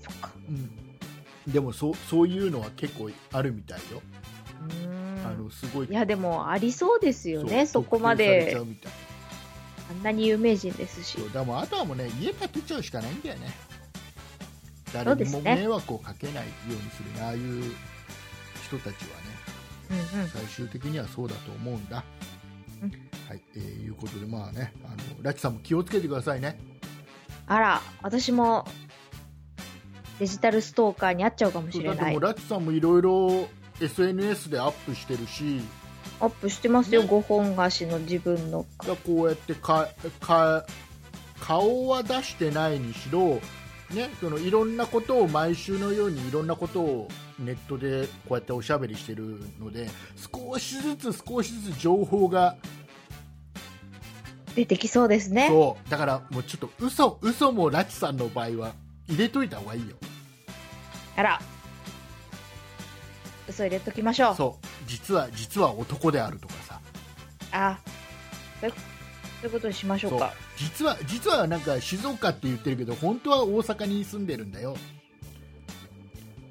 S3: そっか
S2: うん、でもそうそういうのは結構あるみたいよ、
S3: うーん
S2: あのすごい
S3: いやでもありそうですよね
S2: そ
S3: そうこま
S2: 特定されちゃ
S3: で
S2: うみたい
S3: あんなに有名人ですし
S2: そうだからもうあとはもうね家建てちゃうしかないんだよね
S3: う
S2: 誰
S3: で
S2: に
S3: す
S2: も
S3: ね
S2: 迷惑をかけないようにするねああいう人たちはね
S3: うんうん
S2: 最終的にはそうだと思うんだ、
S3: うん
S2: はいえーいうことでまあねあのラチさんも気をつけてくださいね
S3: あら私もデジタルストーカーに会っちゃうかも
S2: そ
S3: し
S2: うだっ
S3: れ
S2: て
S3: な
S2: も
S3: いう
S2: ラチさんもいろいろ SNS でアップしてるし
S3: アップしてますよ、
S2: ね
S3: 5本足の自分の
S2: だからこうやってかか顔は出してないにしろ、ね、そのいろんなことを毎週のようにいろんなことをネットでこうやっておしゃべりしてるので少しずつ少しずつ情報が
S3: 出てきそうですね
S2: そうだからもうちょっと嘘嘘もラチさんの場合は入れといた方がいいよ
S3: あら嘘入れときましょう
S2: そう実は実は男であるとかさ
S3: あそういうそういうことにしましょうか
S2: 実は実はなんか静岡って言ってるけど本当は大阪に住んでるんだよ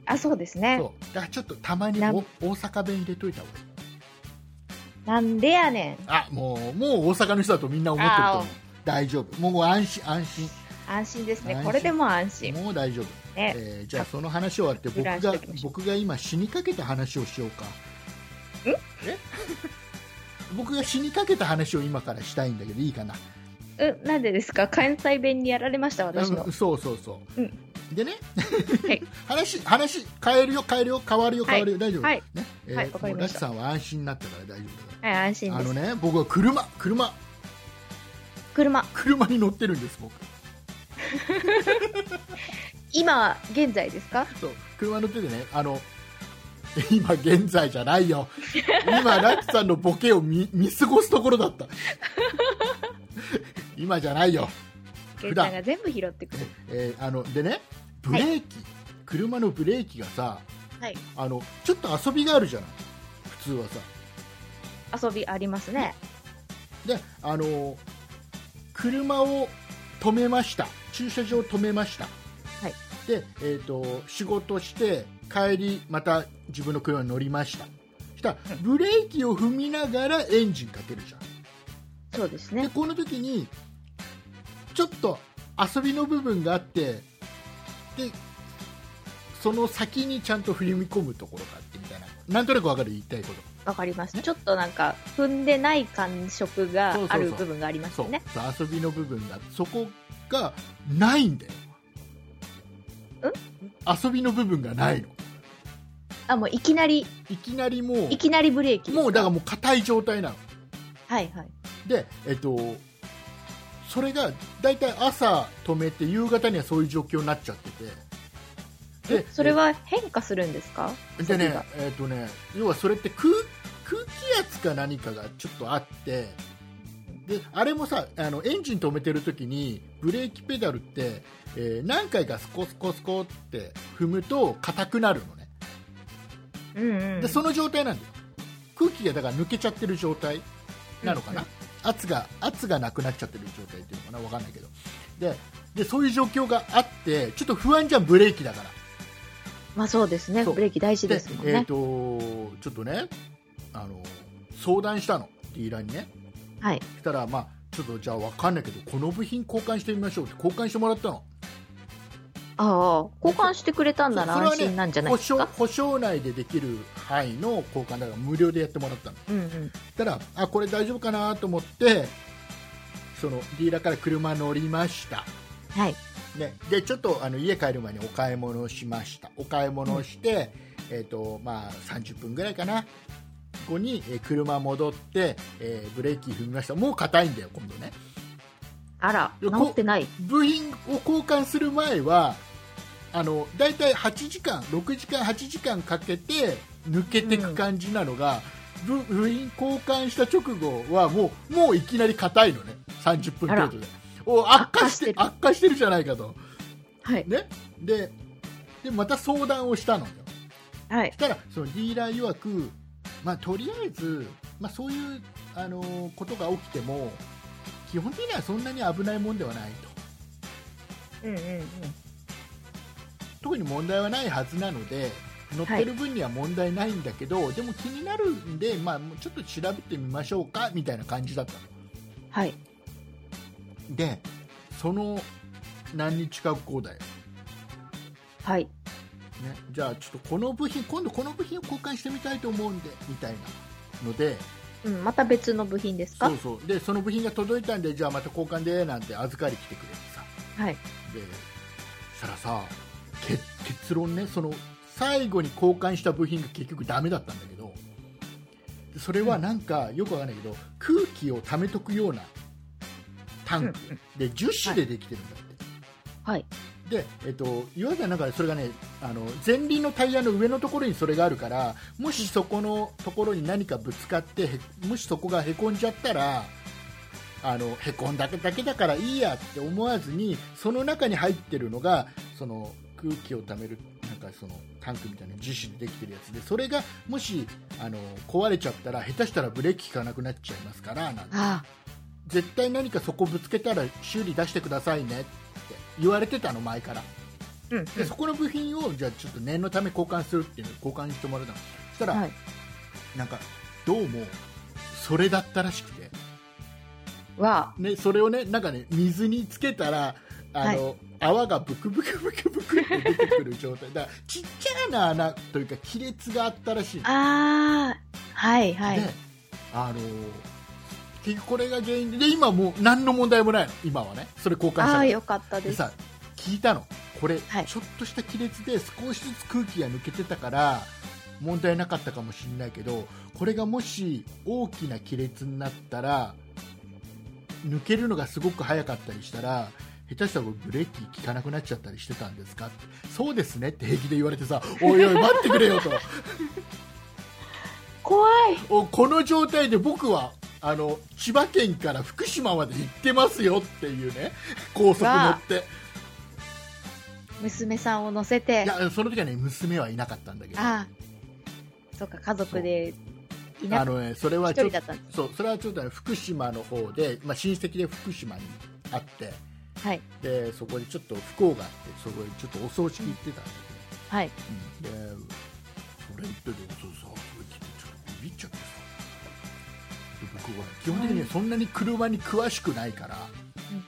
S3: あそうですね
S2: そうだからちょっとたまに
S3: なん
S2: お大阪弁入れといた方がいい
S3: なんでやねん
S2: あもうもう大阪の人だとみんな思ってると思う
S3: あ
S2: 大丈夫もう安心安心
S3: 安心です
S2: 安
S3: ね
S2: 心
S3: これでもう安心
S2: もう大丈夫、
S3: ね
S2: えーじゃあその話終わって僕
S3: 油断して
S2: が
S3: おきましょう
S2: 僕が今死にかけた話をしようかえ 僕が死にかけた話を今からしたいんだけどいいかな
S3: えなんでですか関西弁にやられました私の
S2: うんそうそうそう、
S3: うん
S2: でね、
S3: い
S2: 話話変えるよ変えるよ変わるよ変わるよ、大丈夫、
S3: はい
S2: ねえー
S3: はいわかり
S2: もうラ
S3: ま
S2: チ
S3: した
S2: さんは安心になったから大丈夫だ
S3: はい安心
S2: からあの
S3: です
S2: ね僕は車車
S3: 車
S2: 車に乗ってるんです僕
S3: 今現在ですか
S2: そう車乗っててねあの 今現在じゃないよ今ラッツさんのボケを見 見過ごすところだった 今じゃないよ、普
S3: 現
S2: 段
S3: 在が全部拾ってくる
S2: えーあのでねブレーキ、車のブレーキがさ
S3: はい
S2: あのちょっと遊びがあるじゃない普通はさ
S3: 遊びありますね
S2: であの車を止めました駐車場止めました、
S3: はい
S2: で、えー、と仕事して帰りまた自分の車に乗りましたしたら
S3: うん
S2: ブレーキを踏みながらエンジンかけるじゃん
S3: そうです
S2: で
S3: ね
S2: この時にちょっと遊びの部分があってでその先にちゃんと振り込むところがあってみたいななんとなくわかる言いたいこと
S3: わかります
S2: ね
S3: ちょっとなんか踏んでない感触がある部分があります
S2: そう
S3: よね
S2: そう遊びの部分がそこがないんだよ遊びの部分がないの
S3: あもういきなり
S2: いきなりも
S3: いうきなりブレーキですか
S2: もうだからもう硬い状態なの
S3: はいはい
S2: でえっとそれが大体朝止めて夕方にはそういう状況になっちゃっててで
S3: それは変化するんですか
S2: で
S3: 遊び
S2: ね
S3: が
S2: えっとね要はそれって空空気圧か何かがちょっとあってであれもさあのエンジン止めてる時にブレーキペダルって、えー何回かスコスコスコって踏むと硬くなるのね
S3: うんうん
S2: でその状態なんだよ空気がだから抜けちゃってる状態なのかな、
S3: うん
S2: 圧が圧がなくなっちゃってる状態っていうのかな分かんないけどででそういう状況があってちょっと不安じゃんブレーキだから
S3: まあそうですね
S2: そう
S3: ブレーキ大事
S2: で
S3: ですもん
S2: えっ、
S3: ね
S2: とちょっとねあの相談したのディーラーにね
S3: はい
S2: そしたらまあちょっとじゃあ分かんないけどこの部品交換してみましょうって交換してもらったの
S3: ああ交換してくれたんなら
S2: そう
S3: 安
S2: それはね
S3: 心なんじゃない
S2: 保
S3: です
S2: 証
S3: か
S2: 保証内でできる範囲の交換だから無料でやってもらったの
S3: うんうん
S2: そしたらあこれ大丈夫かなと思ってそのディーラーから車乗りました
S3: はい
S2: ね、でちょっとあの家帰る前にお買い物をしましたお買い物をして、えーとまあ、30分ぐらいかな後に、えー車戻って、えーブレーキ踏みましたもう硬いんだよ今度ね
S3: あら
S2: いや
S3: 治
S2: こ
S3: ってない
S2: 部品を交換する前はあのだいたい8時間6時間8時間かけて抜けていく感じなのが、ぶ部品交換した直後はもうもういきなり硬いのね30分程度でお悪化して
S3: 悪化してる
S2: 悪化してるじゃないかと。
S3: はい
S2: ね、ででまた相談をしたのよ
S3: はい
S2: したらそのディーラー曰く、まあ、とりあえず、まあ、そういう、あのーことが起きても基本的にはそんなに危ないもんではないと
S3: うんうんうん
S2: 特に問題はないはずなので乗ってる分には問題ないんだけど、でも気になるんで、まあ、もうちょっと調べてみましょうかみたいな感じだった
S3: はい
S2: のでその何日か後だよ
S3: はい
S2: ね、じゃあちょっとこの部品今度この部品を交換してみたいと思うんでみたいなので
S3: うんまた別の部品ですか
S2: そうそうでその部品が届いたんでじゃあまた交換でなんて預かり来てくれてさ
S3: はい
S2: でそしたらさけ結論ねその最後に交換した部品が結局ダメだったんだけどでそれはなんかよくわかんないけど空気を溜めとくようなタンク
S3: うんうん
S2: で樹脂でできてるんだって、
S3: はい
S2: で、えっと、いわゆるなんかそれがねあの前輪のタイヤの上のところにそれがあるからもしそこのところに何かぶつかってへもしそこがへこんじゃったらあのへこんだだけだからいいやって思わずにその中に入ってるのがその空気をためるなんかそのタンクみたいな樹脂でできてるやつでそれがもしあの壊れちゃったら下手したらブレーキ効かなくなっちゃいますからなんて
S3: あ
S2: 絶対何かそこぶつけたら修理出してくださいねって言われてたの前から
S3: うんうん
S2: でそこの部品をじゃあちょっと念のため交換するっていうのを交換してもらったのそしたら、
S3: はい
S2: なんかどうもそれだったらしくて、
S3: は
S2: ね、それをねなんかね水につけたらあの、泡がブクブクブクブクって出てくる状態だからちっちゃな穴というか亀裂があったらしいの
S3: あーはいはい
S2: であの結局これが原因でで今もう何の問題もないの今はねそれ交換した
S3: あ
S2: ら
S3: あよかった
S2: で
S3: です
S2: さ聞いたのこれ、
S3: はい
S2: ちょっとした亀裂で少しずつ空気が抜けてたから問題なかったかもしれないけどこれがもし大きな亀裂になったら抜けるのがすごく早かったりしたら下手したらこれブレーキ効かなくなっちゃったりしてたんですかってそうですねって平気で言われてさおいおい待ってくれよと
S3: 怖い
S2: おこの状態で僕はあの千葉県から福島まで行ってますよっていうね高速乗って。
S3: 娘さんを乗せて
S2: いやその時はね娘はいなかったんだけどあ
S3: ああそうか家族でいなく
S2: の、ね、それは
S3: 一
S2: ちょ
S3: 人
S2: っと
S3: だったんで
S2: そうそれはちょっと、ね、福島の方で、まあ、親戚で福島にあって
S3: すはい
S2: でそこでちょっと不幸があってそこでちょっとお葬式行ってたんだ
S3: はい
S2: けど、うん、でそれ行っててそうそうそれ聞いてちょっとビビっちゃってさで僕は基本的にねそんなに車に詳しくないから、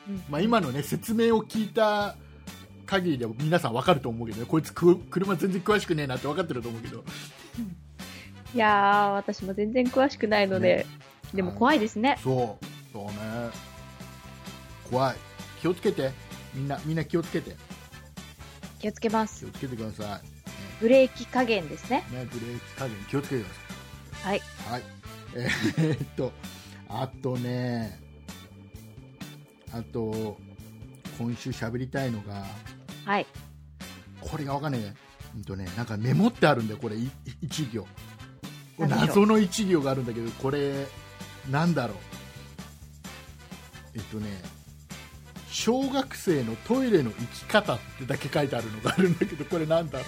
S3: うんうん
S2: まあ、今のね説明を聞いた限りでも皆さん分かると思うけどねこいつく車全然詳しくねえなって分かってると思うけど
S3: いやー私も全然詳しくないので、でも怖いですね
S2: そうそうね怖い気をつけてみんなみんな気をつけて
S3: 気をつけま
S2: 気
S3: す
S2: をつけてくださ
S3: ブレーキ加減ですね
S2: いねブレーキ加減気をつけてくだ
S3: はい
S2: さいはいえーえっとあとねあと今週喋りたいのが
S3: はい
S2: これがわかんないねうんとねなんかメモってあるんだよこれい一行
S3: 何だろう
S2: 謎の一行があるんだけどこれなんだろうえっとね小学生のトイレの行き方ってだけ書いてあるのがあるんだけどこれなんだろ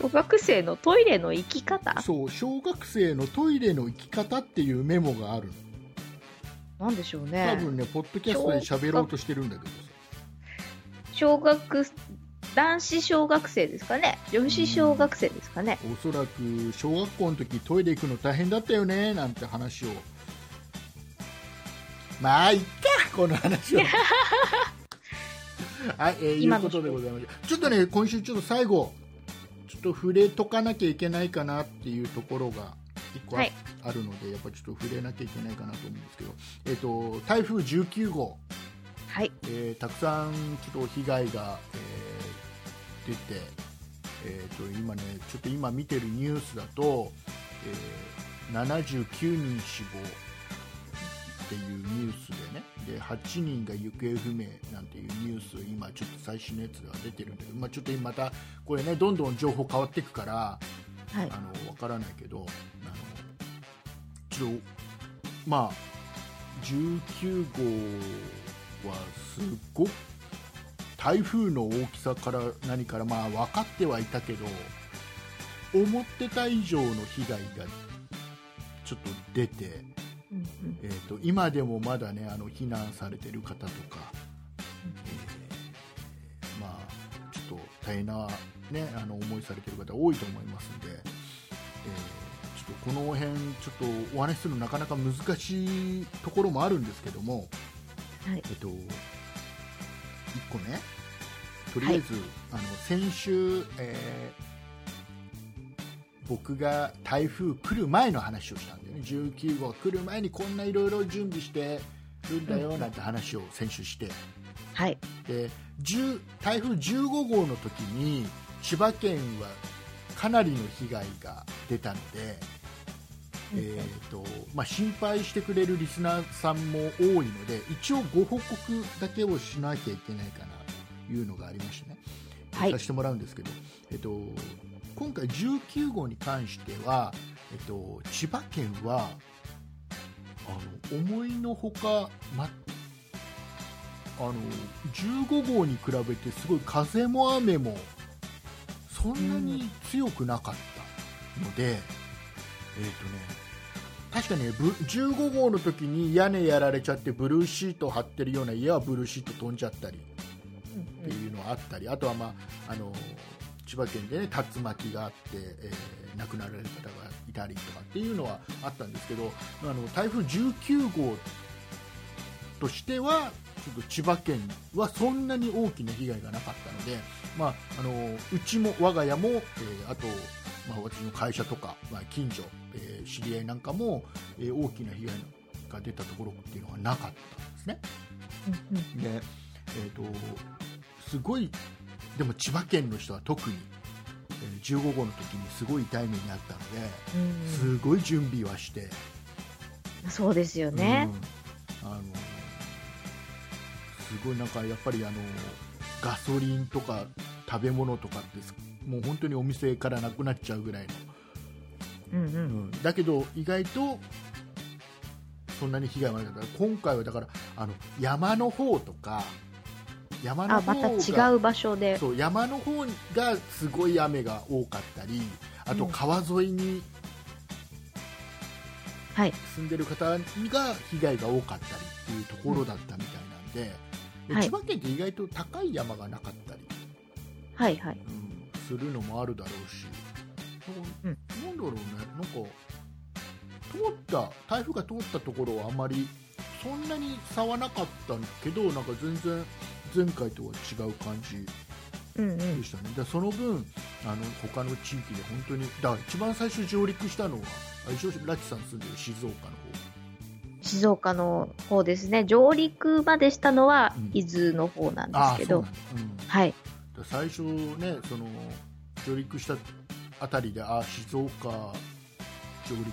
S3: 小学生のトイレの行
S2: う
S3: き方
S2: そう小学生のトイレの行き方っていうメモがあるの
S3: なんでしょうね
S2: 多分ねポッドキャストで喋ろうとしてるんだけどさ
S3: 小学男子小学生ですかね女子小学生ですかね、
S2: おそらく小学校の時トイレ行くの大変だったよねなんて話をまあいっかこの話 ははい、えー、い
S3: 今
S2: う
S3: の
S2: ことでございましたちょっとね今週ちょっと最後ちょっと触れとかなきゃいけないかなっていうところが一個あ,、
S3: はい
S2: あるのでやっぱちょっと触れなきゃいけないかなと思うんですけど、えっと台風19号、
S3: はい
S2: えーたくさんちょっと被害が、えー出て、えー、と今ねちょっと今見てるニュースだと、えー79人死亡っていうニュースでねで8人が行方不明なんていうニュース今ちょっと最新のやつが出てるんだけど、まあ、ちょっと今またこれねどんどん情報変わっていくから
S3: はい
S2: あのわからないけどあのちょっとまあ19号はすごく台風の大きさから何からまあ分かってはいたけど思ってた以上の被害がちょっと出て、
S3: うんうん
S2: えー、と今でもまだねあの避難されてる方とか、えーまあちょっと大変な、ね、あの思いされてる方多いと思いますんで、えーちょっとこの辺ちょっとお話しするのなかなか難しいところもあるんですけども、
S3: はい
S2: えっと、1個ねとりあえず、あの先週、えー僕が台風来る前の話をしたんだよね19号来る前にこんないろいろ準備してるんだよなんて話を先週して、
S3: はい
S2: で10台風15号の時に千葉県はかなりの被害が出たので、
S3: うん
S2: えーとまあ、心配してくれるリスナーさんも多いので一応ご報告だけをしなきゃいけないかなというのがありましてね、
S3: はい
S2: させてもらうんですけど、えっと今回19号に関しては、えっと千葉県はあの思いのほか、ま、あの15号に比べてすごい風も雨もそんなに強くなかったので、えっ、とね確かねぶ15号の時に屋根やられちゃってブルーシート張ってるような家はブルーシート飛んじゃったりっていうのがあったりあとは、まあ、あの千葉県で、ね、竜巻があって、えー亡くなられる方がいたりとかっていうのはあったんですけどあの台風19号としてはちょっと千葉県はそんなに大きな被害がなかったので、まあ、あのうちも我が家も、えーあと、まあ、私の会社とか、まあ、近所、えー知り合いなんかも、えー大きな被害が出たところっていうのはなかったんですね。
S3: うんうん
S2: で、えー、とすごいでも千葉県の人は特に、えー15号の時にすごい痛い目にあったので
S3: うん
S2: すごい準備はして、
S3: そうですよね。
S2: うん、あのすごいなんかやっぱりあのガソリンとか食べ物とかってすもう本当にお店からなくなっちゃうぐらいの、
S3: うんう。
S2: うんん、だけど意外とそんなに被害はなかった今回はだからあの山の方とか山の
S3: あ、
S2: 方
S3: ま
S2: が
S3: た違う場所 で。
S2: そう山の方がすごい雨が多かったりあと
S3: うん
S2: 川沿いに
S3: はい。
S2: 住んでる方が被害が多かったりっていうところだったみたいなんで、で
S3: はい
S2: 千葉県って意外と高い山がなかったり、
S3: はいはい。
S2: うんするのもあるだろうし、
S3: うん
S2: なんだろうねなんか通った台風が通ったところはあまりそんなに差はなかったけどなんか全然前回とは違う感じ
S3: うんうん
S2: で。したね、だからその分あの他の地域で本当にだから一番最初上陸したのはあ一応ラチさん住んでる静岡の
S3: 静岡の方ですね。上陸までしたのは
S2: うん
S3: 伊豆の方なんで
S2: 方
S3: すけ
S2: そう
S3: ど
S2: なん。だ,、うん、だか
S3: はい。
S2: ら最初ねその上陸したあたりであ静岡上陸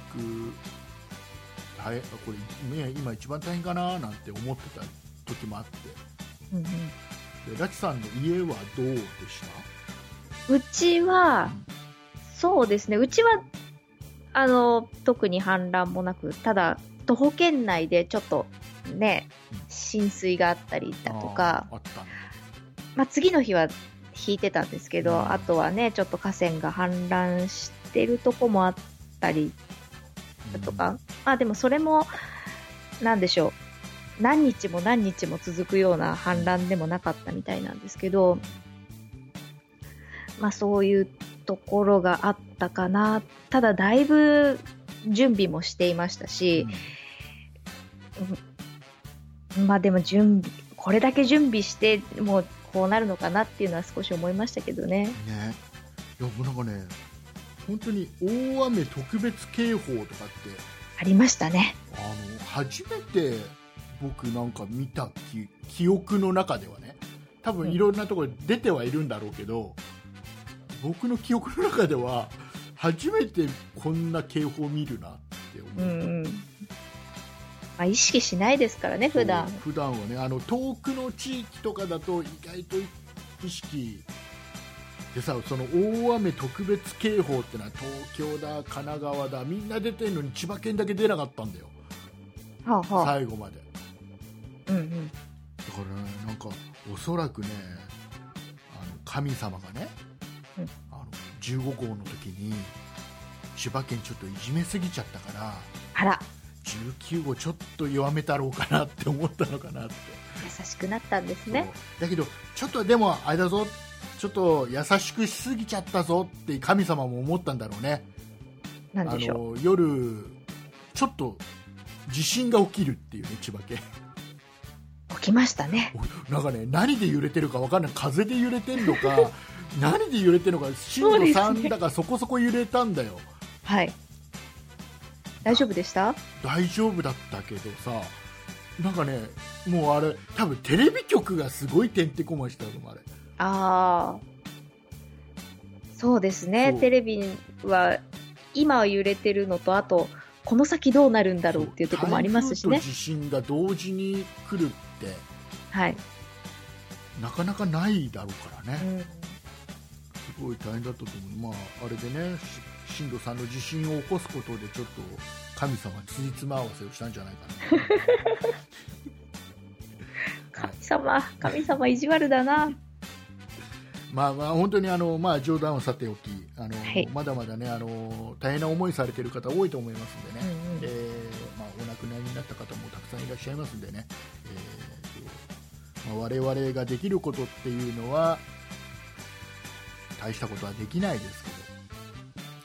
S2: 大変あこれね今一番大変かななんて思ってた時もあって
S3: うんうん
S2: でラチさんの家はどうでした
S3: うちは、そうですね。うちは、あの、特に氾濫もなく、ただ、徒歩圏内でちょっと、ね
S2: うん、
S3: 浸水があったりだとか、
S2: あーあったんだ
S3: まあ、次の日は引いてたんですけど、
S2: うん
S3: あとはねちょっと河川が氾濫してるとこもあったりだとか、まあでもそれもなんでしょう何日も何日も続くような氾濫でもなかったみたいなんですけ
S2: う
S3: ど
S2: ん、
S3: まあ、そういうところがあったかなただだいぶ準備もしていましたし、まあでも準備これだけ準備してもうこうなるのかなっていうのは少し思いましたけどね。
S2: ね、いやもうなんかね、本当に大雨特別警報とかって、
S3: ありましたね。
S2: あの初めて僕なんか見た記記憶の中ではね、多
S3: う
S2: 分
S3: ん
S2: いろんなところで出てはいるんだろうけど、僕の記憶の中では、初めてこんな警報見るなって思
S3: うん
S2: う。
S3: うんまあ、意識しないですからね、普段
S2: そう普段はねあの遠くの地域とかだと意外と意識でさその大雨特別警報ってのは東京だ神奈川だみんな出てるのに千葉県だけ出なかったんだよ
S3: はあはあ
S2: 最後まで
S3: うんうん
S2: だからねなんかおそらくねあの神様がね、
S3: うん
S2: あの15号の時に千葉県ちょっといじめすぎちゃったから
S3: あら、
S2: 19号ちょっと弱めたろうかなって思ったのかなって
S3: 優しくなったんですね。
S2: そうだけどちょっとでもあれだぞちょっと優しくしすぎちゃったぞって神様も思ったんだろうね
S3: なん
S2: あ
S3: でしょう。
S2: の夜ちょっと地震が起きるっていうね千葉県
S3: 起きましたね。
S2: なんかね何で揺れてるか分かんない風で揺れてるの か何で揺れてるのか震度
S3: そうですね
S2: 3だからそこそこ揺れたんだよ、
S3: はい。大丈夫でした
S2: 大丈夫だったけどさなんかねもうあれ多分テレビ局がすごいてんてこまいしたのもあれ
S3: ああ。そうですね
S2: そ、う
S3: テレビは、今は揺れてるのと、あと、この先どうなるんだろうっていうところもありますし
S2: 台
S3: ね。
S2: 風と地震が同時に来るって
S3: はい。
S2: なかなかないだろうから
S3: う
S2: ね、
S3: ん
S2: すごい大変だったと思う、まあ、あれでねし震度3の地震を起こすことでちょっと神様ついつま合わせをしたんじゃないかな
S3: 神様、神様意地悪だな。
S2: まあまあ本当にあの、まあ、冗談はさておきあの、
S3: はい
S2: まだまだねあの大変な思いされてる方多いと思いますんでね、えーまあ、お亡くなりになった方もたくさんいらっしゃいますんでね、えーまあ、我々ができることっていうのは大したことはできないですけど、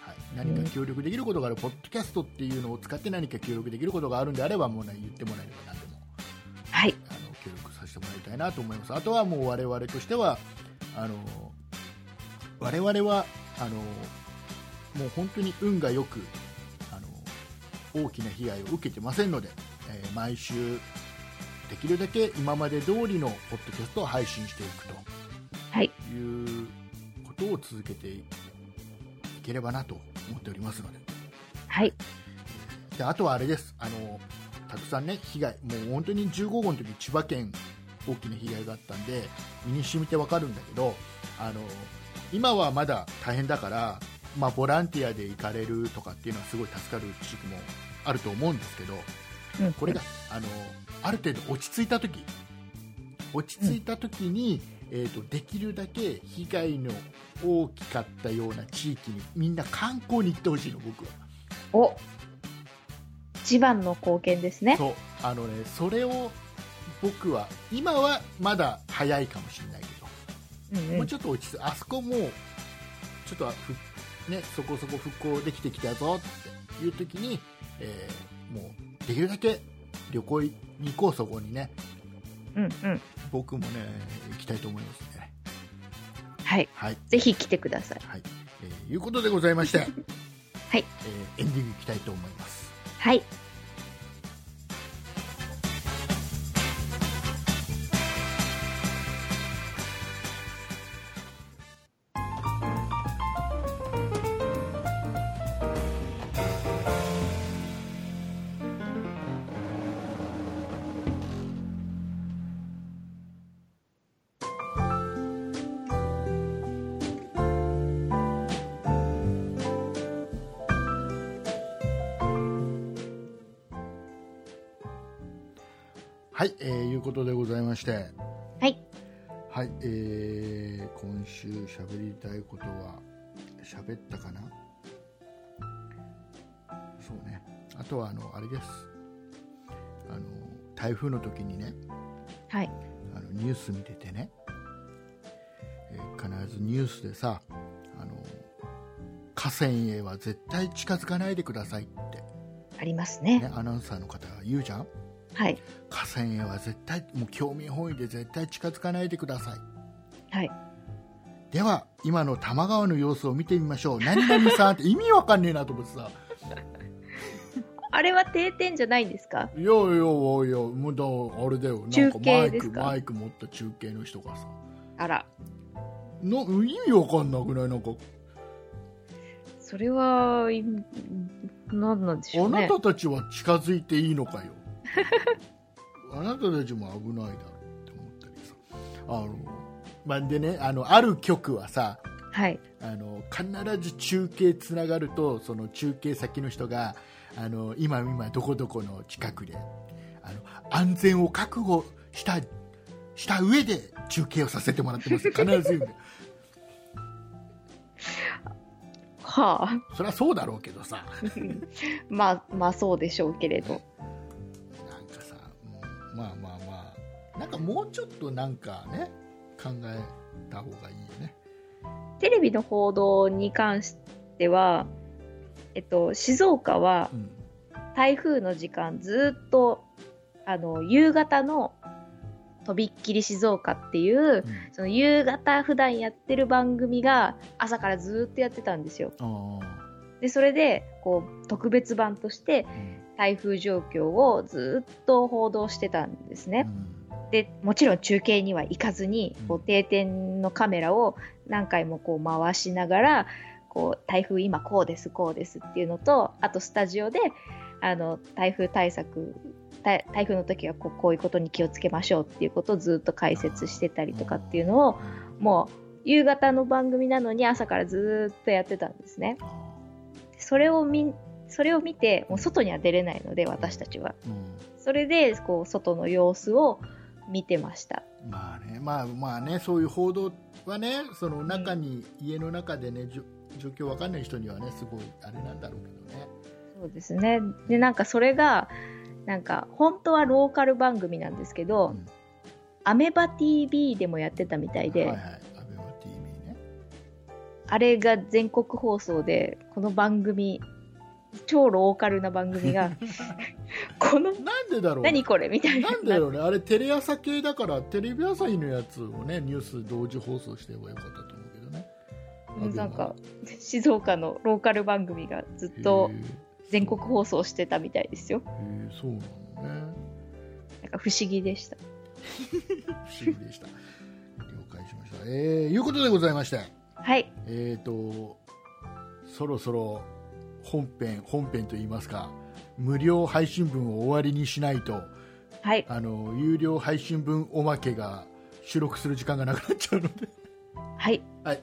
S2: はい、何か協力できることがある、ポッドキャストっていうのを使って何か協力できることがあるんであればもう、ね、言ってもらえれば何でも
S3: はい、
S2: あの協力させてもらいたいなと思います。あとはもう我々としてはあの我々はあのもう本当に運がよくあの大きな被害を受けてませんので、えー毎週できるだけ今まで通りのポッドキャストを配信していくと
S3: はい、
S2: いうことを続けていければなと思っておりますので。
S3: はい、
S2: であとはあれですあのたくさんね被害もう本当に15号の時千葉県大きな被害があったんで身に染みてわかるんだけどあの今はまだ大変だから、まあ、ボランティアで行かれるとかっていうのはすごい助かる地域もあると思うんですけど
S3: うん
S2: これがあのある程度落ち着いた時落ち着いた時に、えー、とできるだけ被害の大きかったような地域にみんな観光に行ってほしいの僕は。
S3: お。一番の貢献ですね。
S2: そうあのねそれを僕は今はまだ早いかもしれないけ
S3: うん
S2: ど、
S3: う
S2: もうんちょっと落ち着いてあそこもうちょっとふ、ね、そこそこ復興できてきたぞっていう時に、えーもうできるだけ旅行に行こうそこにね
S3: うん、うん、
S2: 僕もね行きたいと思いますんでね
S3: はい、
S2: はい
S3: ぜひ来てください。
S2: はい、えーいうことでございまして
S3: はい、
S2: えーエンディングいきたいと思います
S3: はい、
S2: はい、えーいうことでございまして
S3: はい
S2: はいえー今週しゃべりたいことは喋ったかなそうねあとはあのあれですあの台風の時にね
S3: はい、
S2: あのニュース見ててね、えー必ずニュースでさあの河川へは絶対近づかないでくださいって、
S3: ありますね。
S2: ね、アナウンサーの方が言うじゃん
S3: はい、
S2: 河川へは絶対もう興味本位で絶対近づかないでください
S3: はい、
S2: では今の多摩川の様子を見てみましょう何々さんって意味わかんねえなと思ってさ
S3: あれは定点じゃないんですか。
S2: いやいやいやもうだあれだよなんか
S3: 中
S2: マ
S3: 継
S2: イ
S3: で
S2: ク
S3: すか
S2: マイク持った中継の人がさ
S3: あら、
S2: の意味わかんなくないなんか、
S3: それは、いなんなんでしょ
S2: あ
S3: う
S2: な
S3: ね。
S2: たたちは近づいていいのかよ あなたたちも危ないだろって思ったりさあの、まあ、でねあのある局はさ
S3: はい、
S2: あの必ず中継つながるとその中継先の人があの今今どこどこの近くであの安全を覚悟したした上で中継をさせてもらってます必ず言うんだよ
S3: はあ、
S2: そりゃそうだろうけどさ
S3: まあ、まあ、そうでしょうけれど。
S2: なんかさもうまあまあまあなんかもうちょっとなんかね考えた方がいいよね
S3: テレビの報道に関しては、えっと、静岡は
S2: うん
S3: 台風の時間ずっとあの夕方の「とびっきり静岡」っていう
S2: うん
S3: その夕方普段やってる番組が朝からずっとやってたんですよ。
S2: あ
S3: でそれでこう特別版として
S2: あうん
S3: 台風状況をずっと報道してたんですね。
S2: うん
S3: でもちろん中継には行かずに
S2: うん
S3: こう定点のカメラを何回もこう回しながらこう台風今こうですこうですっていうのとあとスタジオであの台風対策台台風の時はこうこういうことに気をつけましょうっていうことをずっと解説してたりとかっていうのをもう夕方の番組なのに朝からずーっとやってたんですね。
S2: あ
S3: それを見、それを見て、もう外には出れないので、私たちは。
S2: ーうん
S3: それで、こう、外の様子を見てました。
S2: まあね、まあまあね、そういう報道はね、その中に、家の中でね、じょ状況わかんない人にはね、すごいあれなんだろうけどね。
S3: そうですね。で、なんかそれが、なんか、本当はローカル番組なんですけど、
S2: うん
S3: アメバ TV でもやってたみたいで、
S2: はいはい、アベマ TV ね。
S3: あれが全国放送で、この番組、超ローカルな番 組が、こ
S2: な
S3: の、
S2: んでだろう。
S3: 何これみたいな。
S2: なんだろうね、あれテレ朝系だからテレビ朝日のやつをねニュース同時放送してればよかったと思うけどね。
S3: うんなんか、静岡のローカル番組がずっ
S2: と
S3: と全国放送してたみたいですよ。
S2: そうなのね。
S3: なんか不思議でした。
S2: 不思議でした。了解しました。えー、いうことでございまして、
S3: はい。
S2: えーとそろそろ本編本編と言いますか無料配信分を終わりにしないと
S3: はい。
S2: あの有料配信分おまけが収録する時間がなくなっちゃうので、
S3: はい。
S2: え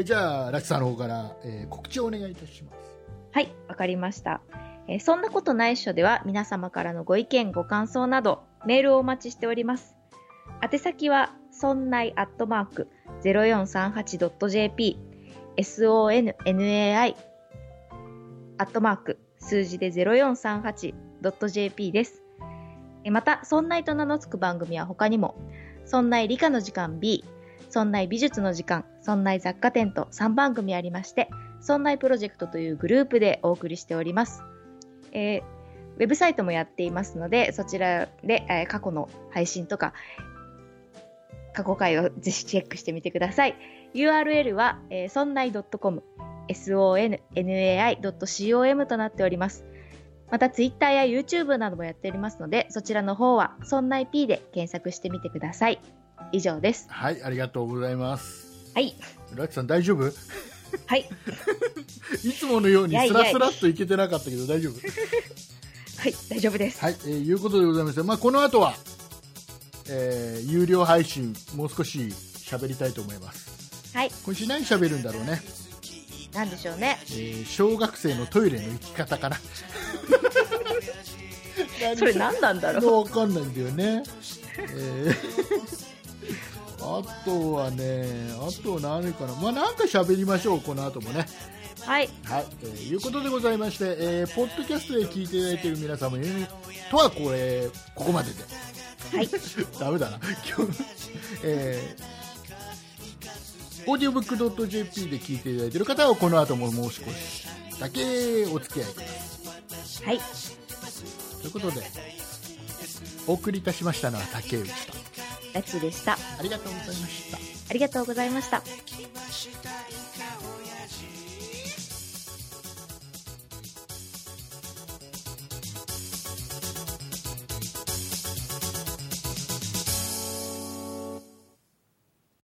S2: ーじゃあラチさんの方から、えー告知をお願いいたします。
S3: はい、わかりました。えーそんなことないっしょでは皆様からのご意見、ご感想などメールをお待ちしております。宛先は、そんないアットマーク 0438.jp、sonnai アットマーク数字で 0438.jp です。えーまた、そんないと名の付く番組は他にも、そんない理科の時間 B、そんない美術の時間、そんない雑貨店と3番組ありまして、そんないプロジェクトというグループでお送りしております。えーウェブサイトもやっていますので、そちらで、えー過去の配信とか、過去回をぜひチェックしてみてください。URL は、えー、そんない .com、sonnai.com となっております。また、Twitter や YouTube などもやっておりますので、そちらの方は、そんない P で検索してみてください。以上です。
S2: はい、ありがとうございます。
S3: はい。
S2: ラキさん大丈夫？
S3: はい。
S2: いつものように
S3: いやい
S2: ス
S3: や
S2: ラスラっといけてなかったけど大丈夫？
S3: はい、大丈夫です。
S2: はい、えーいうことでございまして、まあこの後は、えー有料配信もう少し喋りたいと思います。
S3: はい。
S2: 今週何喋るんだろうね。
S3: なんでしょうね。
S2: えー小学生のトイレの行き方かな。
S3: それ何なんだろう。
S2: のわかんないんだよね。えーあとはね、あと何かな、まあ、なんか喋りましょう、この後もね。
S3: はい。
S2: はい、と、いうことでございまして、えーポッドキャストで聞いていただいている皆様にとはこれここまでで
S3: はい。
S2: ダメだな今日えー、オーディオブックドット JP で聞いていただいている方はこの後ももう少しだけお付き合いくださ
S3: はい。
S2: いということでお送りいたしましたのは竹内と
S3: ラッチでした。
S2: ありがとうございました
S3: ありがとうございました。